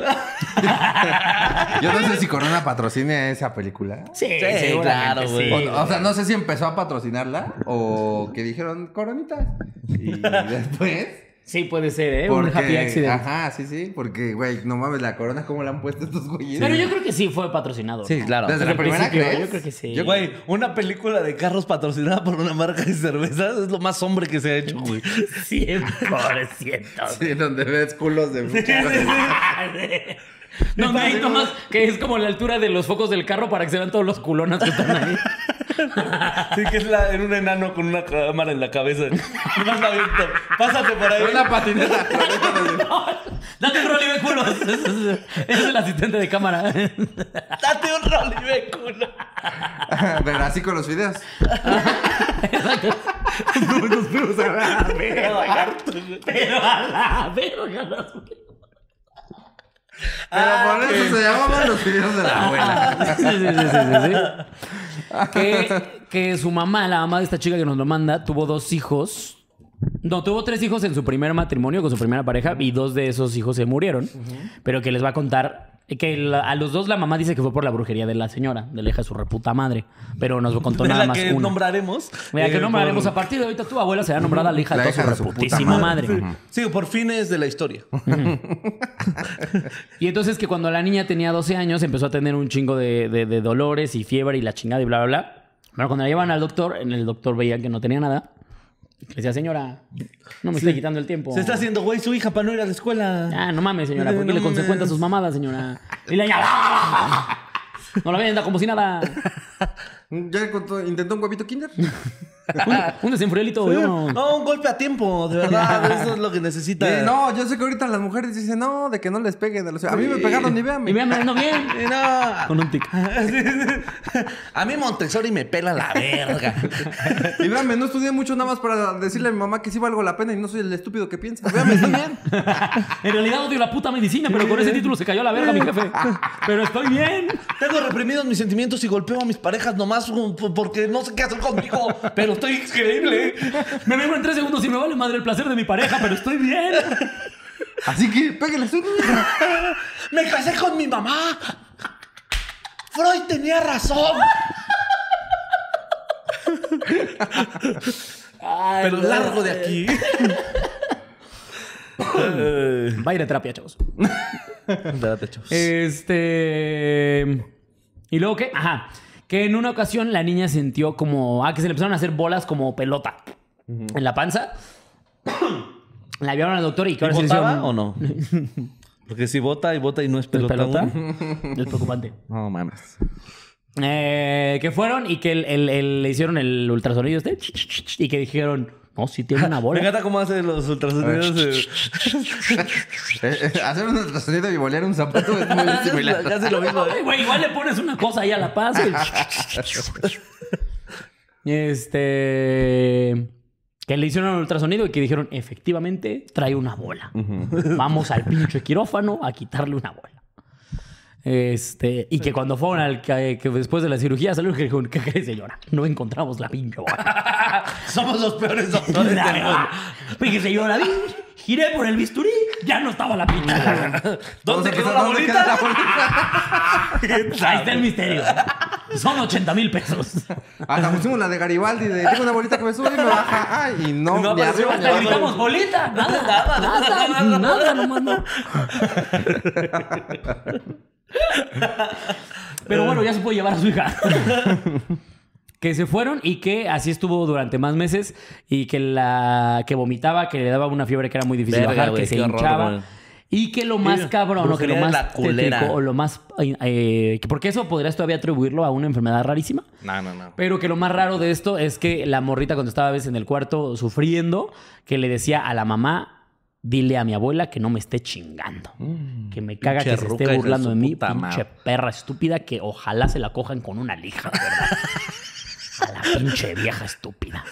B: Yo no sé si Corona patrocina esa película.
C: Sí,
D: Sí,
C: seguramente
D: claro,
C: sí.
D: güey.
B: O, o sea, no sé si empezó a patrocinarla o que dijeron coronitas. Y después.
C: Sí, puede ser, ¿eh? Un happy accident.
B: Ajá, sí, sí. Porque, güey, no mames, la corona, ¿cómo la han puesto estos güeyes?
C: Pero yo creo que sí fue patrocinado. ¿no?
D: claro.
C: Desde
B: Desde la
C: el
B: primera
C: principio,
B: crees?
C: yo creo que sí.
B: Yo-
D: Güey, una película de carros patrocinada por una marca de cervezas es lo más hombre que se ha hecho, güey.
C: 100%.
B: Sí, donde ves culos de
C: Donde hay nomás que es como la altura de los focos del carro para que se vean todos los culonas que están ahí.
D: Sí, que es la, en un enano con una cámara en la cabeza. Nomás la aviento. Pásate por ahí.
B: Una patineta.
C: Date un rol y ve culos. Es el asistente de cámara.
D: Date un rol y ve, culo.
B: Pero así con los videos.
D: Pero lagarto, güey.
C: Pero a la verga. las-
B: Pero por eso se llamaban los videos de la abuela.
C: Sí, sí, sí, sí, sí. Que, que su mamá, la mamá de esta chica que nos lo manda, tuvo dos hijos. No, tuvo tres hijos en su primer matrimonio con su primera pareja y dos de esos hijos se murieron. Pero que les va a contar que la- a los dos la mamá dice que fue por la brujería de la señora, de la hija de su reputa madre. Pero nos contó Pues
D: De
C: nada
D: la
C: más
D: que
C: uno.
D: nombraremos.
C: Mira, que
D: eh,
C: nombraremos
D: por-
C: a partir de ahorita tu abuela será nombrada la hija
B: La
C: de
B: hija
C: toda
B: de
C: su
B: su puta
C: reputísima madre.
B: madre.
D: Sí, por fines de la historia.
C: Y entonces que cuando la niña tenía 12 años empezó a tener un chingo de, de- de dolores y fiebre y la chingada y bla, bla, bla. Pero cuando la llevan al doctor, en el doctor veían que no tenía nada. Le decía, señora, no me estoy quitando el tiempo.
D: Se está haciendo güey su hija para no ir a la escuela.
C: Ah, no mames, señora, ¿por qué
D: No
C: le consecuenta
D: mames.
C: sus mamadas, señora? Y la niña, "Ah". No la venda como si nada.
B: Ya contó- intentó un huevito kinder.
C: Un, un desenfriolito,
D: Sí.
C: uno.
D: No, un golpe a tiempo, de verdad. Eso es lo que necesita.
B: Eh, no, yo sé que ahorita las mujeres dicen, no, de que no les peguen. A, los- a mí me
D: Sí.
B: pegaron, ni véanme.
C: Y me ando bien.
D: Sí, no.
C: Con un tic.
D: A mí Montessori me pela la verga.
B: Y véanme, no estudié mucho nada más para decirle a mi mamá que sí valgo la pena y no soy el estúpido que piensa. Véanme, estoy bien.
C: En realidad odio la puta medicina, pero con ese título se cayó a la verga mi jefe. Pero estoy bien.
D: Tengo reprimidos mis sentimientos y golpeo a mis parejas nomás uh. como po- porque no sé qué hacer conmigo, pero estoy increíble.
C: Me vengo en tres segundos y me vale madre el placer de mi pareja, pero estoy bien.
B: Así que péguenle su
D: Me casé con mi mamá. Freud tenía razón. Pero largo de aquí.
C: Va a ir a terapia, chavos.
D: Espérate, chavos.
C: Este. ¿Y luego qué? Ajá. Que en una ocasión la niña sintió como. Ah, que se le empezaron a hacer bolas como pelota en la panza. La llevaron al doctor y que ahora sí le
D: ¿Votaba
C: hicieron-
D: o no? Porque si vota y vota y no es pelota.
C: pelota?
D: aún.
C: Es preocupante.
D: No mames.
C: Eh, que fueron y que el- el- el- le hicieron el ultrasonido este. Y que dijeron, no, sí tiene una
D: Me
C: bola.
D: encanta cómo hacen los ultrasonidos. eh.
B: Eh, Hacer una trascendencia y volear un zapato es
D: Ah,
B: muy similar.
D: Casi eh. lo mismo. ¿eh?
C: Ay, güey, igual le pones una cosa ahí a la paz. güey. este. Que le hicieron el ultrasonido y que dijeron, efectivamente, trae una bola. Vamos al pinche quirófano a quitarle una bola. Este, y que cuando fueron al eh, que, que después de la cirugía salieron que dijeron, ¿qué cree, señora? No encontramos la pinche bola.
D: Somos los peores doctores del mundo.
C: Fíjese, yo la vi, giré por el bisturí, ya no estaba la pinche bola.
D: ¿Dónde quedó la
B: ¿Dónde
D: bolita?
B: queda la bolita?
C: Ahí está el misterio. Son 80 mil pesos.
B: Hasta pusimos la de Garibaldi de tengo una bolita que me sube y me baja. Ay, y no,
D: No
B: ni
D: apareció
B: arriba ni
D: hasta
B: abajo.
D: ahorita.
C: pues, gritamos bolita. Nada, nada, nada, nada, nomás no. Pero bueno, ya se puede llevar a su hija. Que se fueron y que así estuvo durante más meses y que la que vomitaba, que le daba una fiebre que era muy difícil
D: Verga,
C: bajar,
D: güey,
C: que se
D: qué horror,
C: hinchaba.
D: güey.
C: Y que lo más
D: Sí,
C: cabrón, o que lo
D: brujería de la
C: más
D: culera.
C: tétrico, o lo más... eh, que porque eso podrías todavía atribuirlo a una enfermedad rarísima.
D: No, no, no.
C: Pero que lo más raro de esto es que la morrita cuando estaba a veces en el cuarto sufriendo, que le decía a la mamá, dile a mi abuela que no me esté chingando. Que me caga
D: Mm, pinche
C: que se esté
D: ruca hija
C: burlando
D: de
C: de
D: su
C: mí,
D: puta
C: pinche
D: madre.
C: perra estúpida, que ojalá se la cojan con una lija, de ¿verdad? a la pinche vieja estúpida.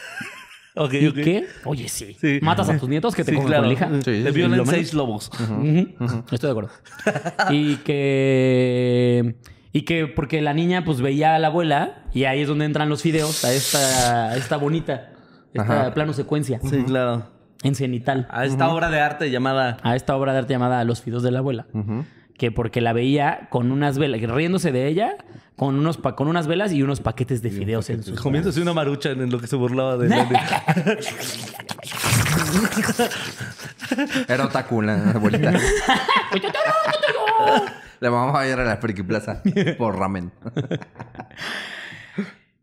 D: Ok,
C: ¿Y
D: ok.
C: qué? Oye, sí.
D: Sí.
C: ¿Matas a tus nietos que te
D: Sí,
C: cojan
D: claro.
C: con lija?
B: Sí,
D: Te
B: sí,
D: violan
C: lo menos.
D: seis lobos.
C: Ujú, Estoy de acuerdo. y que. Y que porque la niña pues veía a la abuela y ahí es donde entran los fideos a esta, a esta bonita, esta plano secuencia
D: Sí, claro.
C: en cenital.
D: A esta obra de arte llamada.
C: A esta obra de arte llamada Los fideos de la abuela. Que porque la veía con unas velas, riéndose de ella, con, unos pa- con unas velas y unos paquetes de fideos en sus
D: Comiéndose una marucha en lo que se burlaba de Lenny.
B: Era otaku la la bolita.
C: Pues,
B: La mamá a ir a la Friki Plaza por ramen.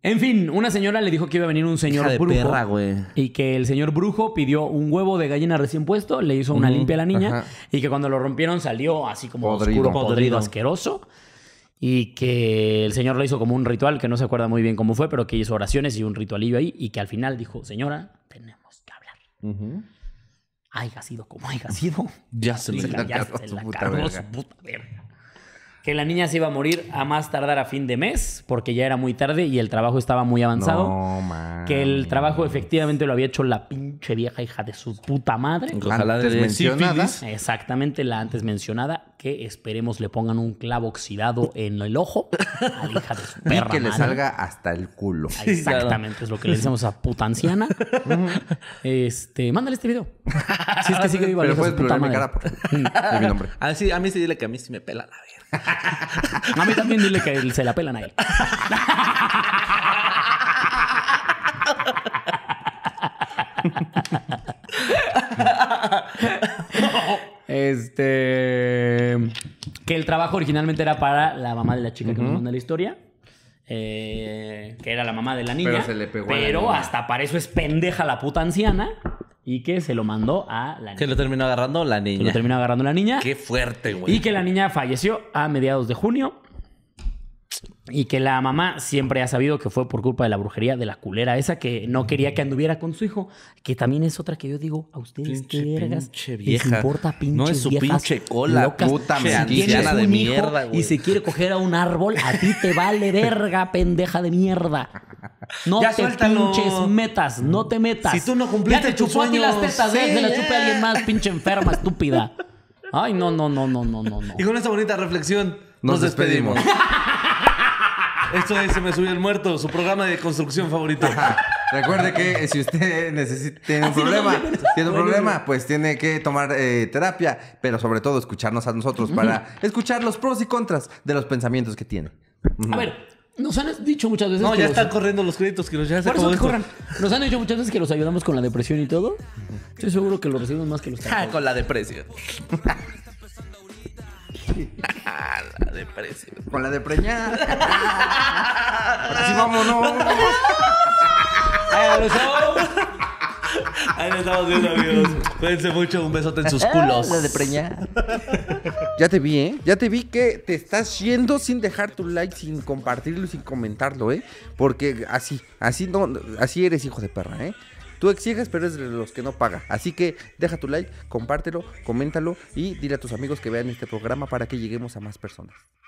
C: En fin, una señora le dijo que iba a venir un señor
D: Hija de
C: brujo.
D: perra, güey.
C: Y que el señor brujo pidió un huevo de gallina recién puesto, le hizo una limpia a la niña
B: ajá.
C: y que cuando lo rompieron salió así como
B: Podrido.
C: oscuro, podrido,
D: Podrido.
C: asqueroso. Y que el señor lo hizo como un ritual que no se acuerda muy bien cómo fue, pero que hizo oraciones y un ritualillo ahí y que al final dijo, señora, tenemos que hablar. Haya sido como haya sido.
D: Ya se
C: Se
D: lo
C: la,
B: la
C: ya
B: cargó
C: se
B: su
C: la
B: puta
C: cargó
B: verga.
C: su puta verga. Que la niña se iba a morir a más tardar a fin de mes, porque ya era muy tarde y el trabajo estaba muy avanzado.
B: man.
C: Que el trabajo efectivamente lo había hecho la pinche vieja hija de su puta madre.
D: Ojalá
B: Antes
D: de
B: mencionada.
D: sífilis.
C: Exactamente la antes mencionada, que esperemos le pongan un clavo oxidado en el ojo a la hija de su
B: Y
C: perra.
B: que le
C: madre.
B: salga hasta el culo.
C: Exactamente, es lo que le decimos a puta anciana. este, mándale este video. Si es que sigue viva la
B: Pero
C: hija de
B: puedes
C: su puta
B: plurar mi
C: madre.
B: cara por favor. Y mi nombre.
D: Ah, sí, a mí sí dile que a mí sí me pela la verga.
C: A mí también dile que se la pelan a él. Este. Que el trabajo originalmente era para la mamá de la chica que nos manda la historia. eh, que era la mamá de la niña.
B: Pero se le pegó a la
C: Pero
B: niña.
C: hasta para eso es pendeja la puta anciana y que se lo mandó a la niña.
D: Que lo terminó agarrando la
C: Que lo
D: niña.
C: terminó agarrando la niña.
D: Qué fuerte, güey.
C: Y que la niña falleció a mediados de junio. Y que la mamá siempre ha sabido que fue por culpa de la brujería de la culera esa que
D: Mm.
C: no quería que anduviera con su hijo. Que también es otra que yo digo, a ustedes
D: Pinche,
C: qué vergas
D: pinche
C: les
D: vieja.
C: importa pinche
D: No es su pinche cola, puta anciana de mierda, güey.
C: Y se quiere coger a un árbol, a ti te vale verga, pendeja de mierda. No
D: Ya
C: te
D: suéltalo.
C: pinches metas, no te metas.
D: Si tú no cumpliste
C: Ya te
D: tus
C: chupó a ti las
D: sueños.
C: tetas, ve,
D: Sí,
C: se las
D: ya.
C: chupe a alguien más, pinche enferma, estúpida. Ay, no, no, no, no, no, no, no.
D: Y con esta bonita reflexión,
B: Nos
D: nos,
B: despedimos.
D: despedimos. Esto es Se me subió el muerto, su programa de construcción favorito.
B: Recuerde que si usted necesita, tiene un
C: Así nos
B: problema,
C: vemos.
B: tiene un
C: Buenísimo.
B: problema, pues tiene que tomar eh, terapia, pero sobre todo escucharnos a nosotros para escuchar los pros y contras de los pensamientos que tiene.
C: A ver, nos han dicho muchas veces
D: No,
C: que
D: ya
C: los-
D: están corriendo los créditos, que ya se
C: Por eso
D: acabó
C: que
D: esto.
C: corran. Nos han dicho muchas veces que los ayudamos con la depresión y todo. Estoy seguro que lo recibimos más que los
D: Ja,
C: trabajadores.
D: Ah, con la depresión. la depresión.
B: Con la de preñar. Ahora sí, vámonos.
D: Ahí nos estamos viendo, amigos. Cuídense mucho, un besote en sus culos.
B: La de preñar. Ya te vi, ¿eh? Ya te vi que te estás yendo sin dejar tu like, sin compartirlo, sin comentarlo, ¿eh? Porque así, así no, así eres hijo de perra, ¿eh? Tú exiges, pero eres de los que no paga. Así que deja tu like, compártelo, coméntalo y dile a tus amigos que vean este programa para que lleguemos a más personas.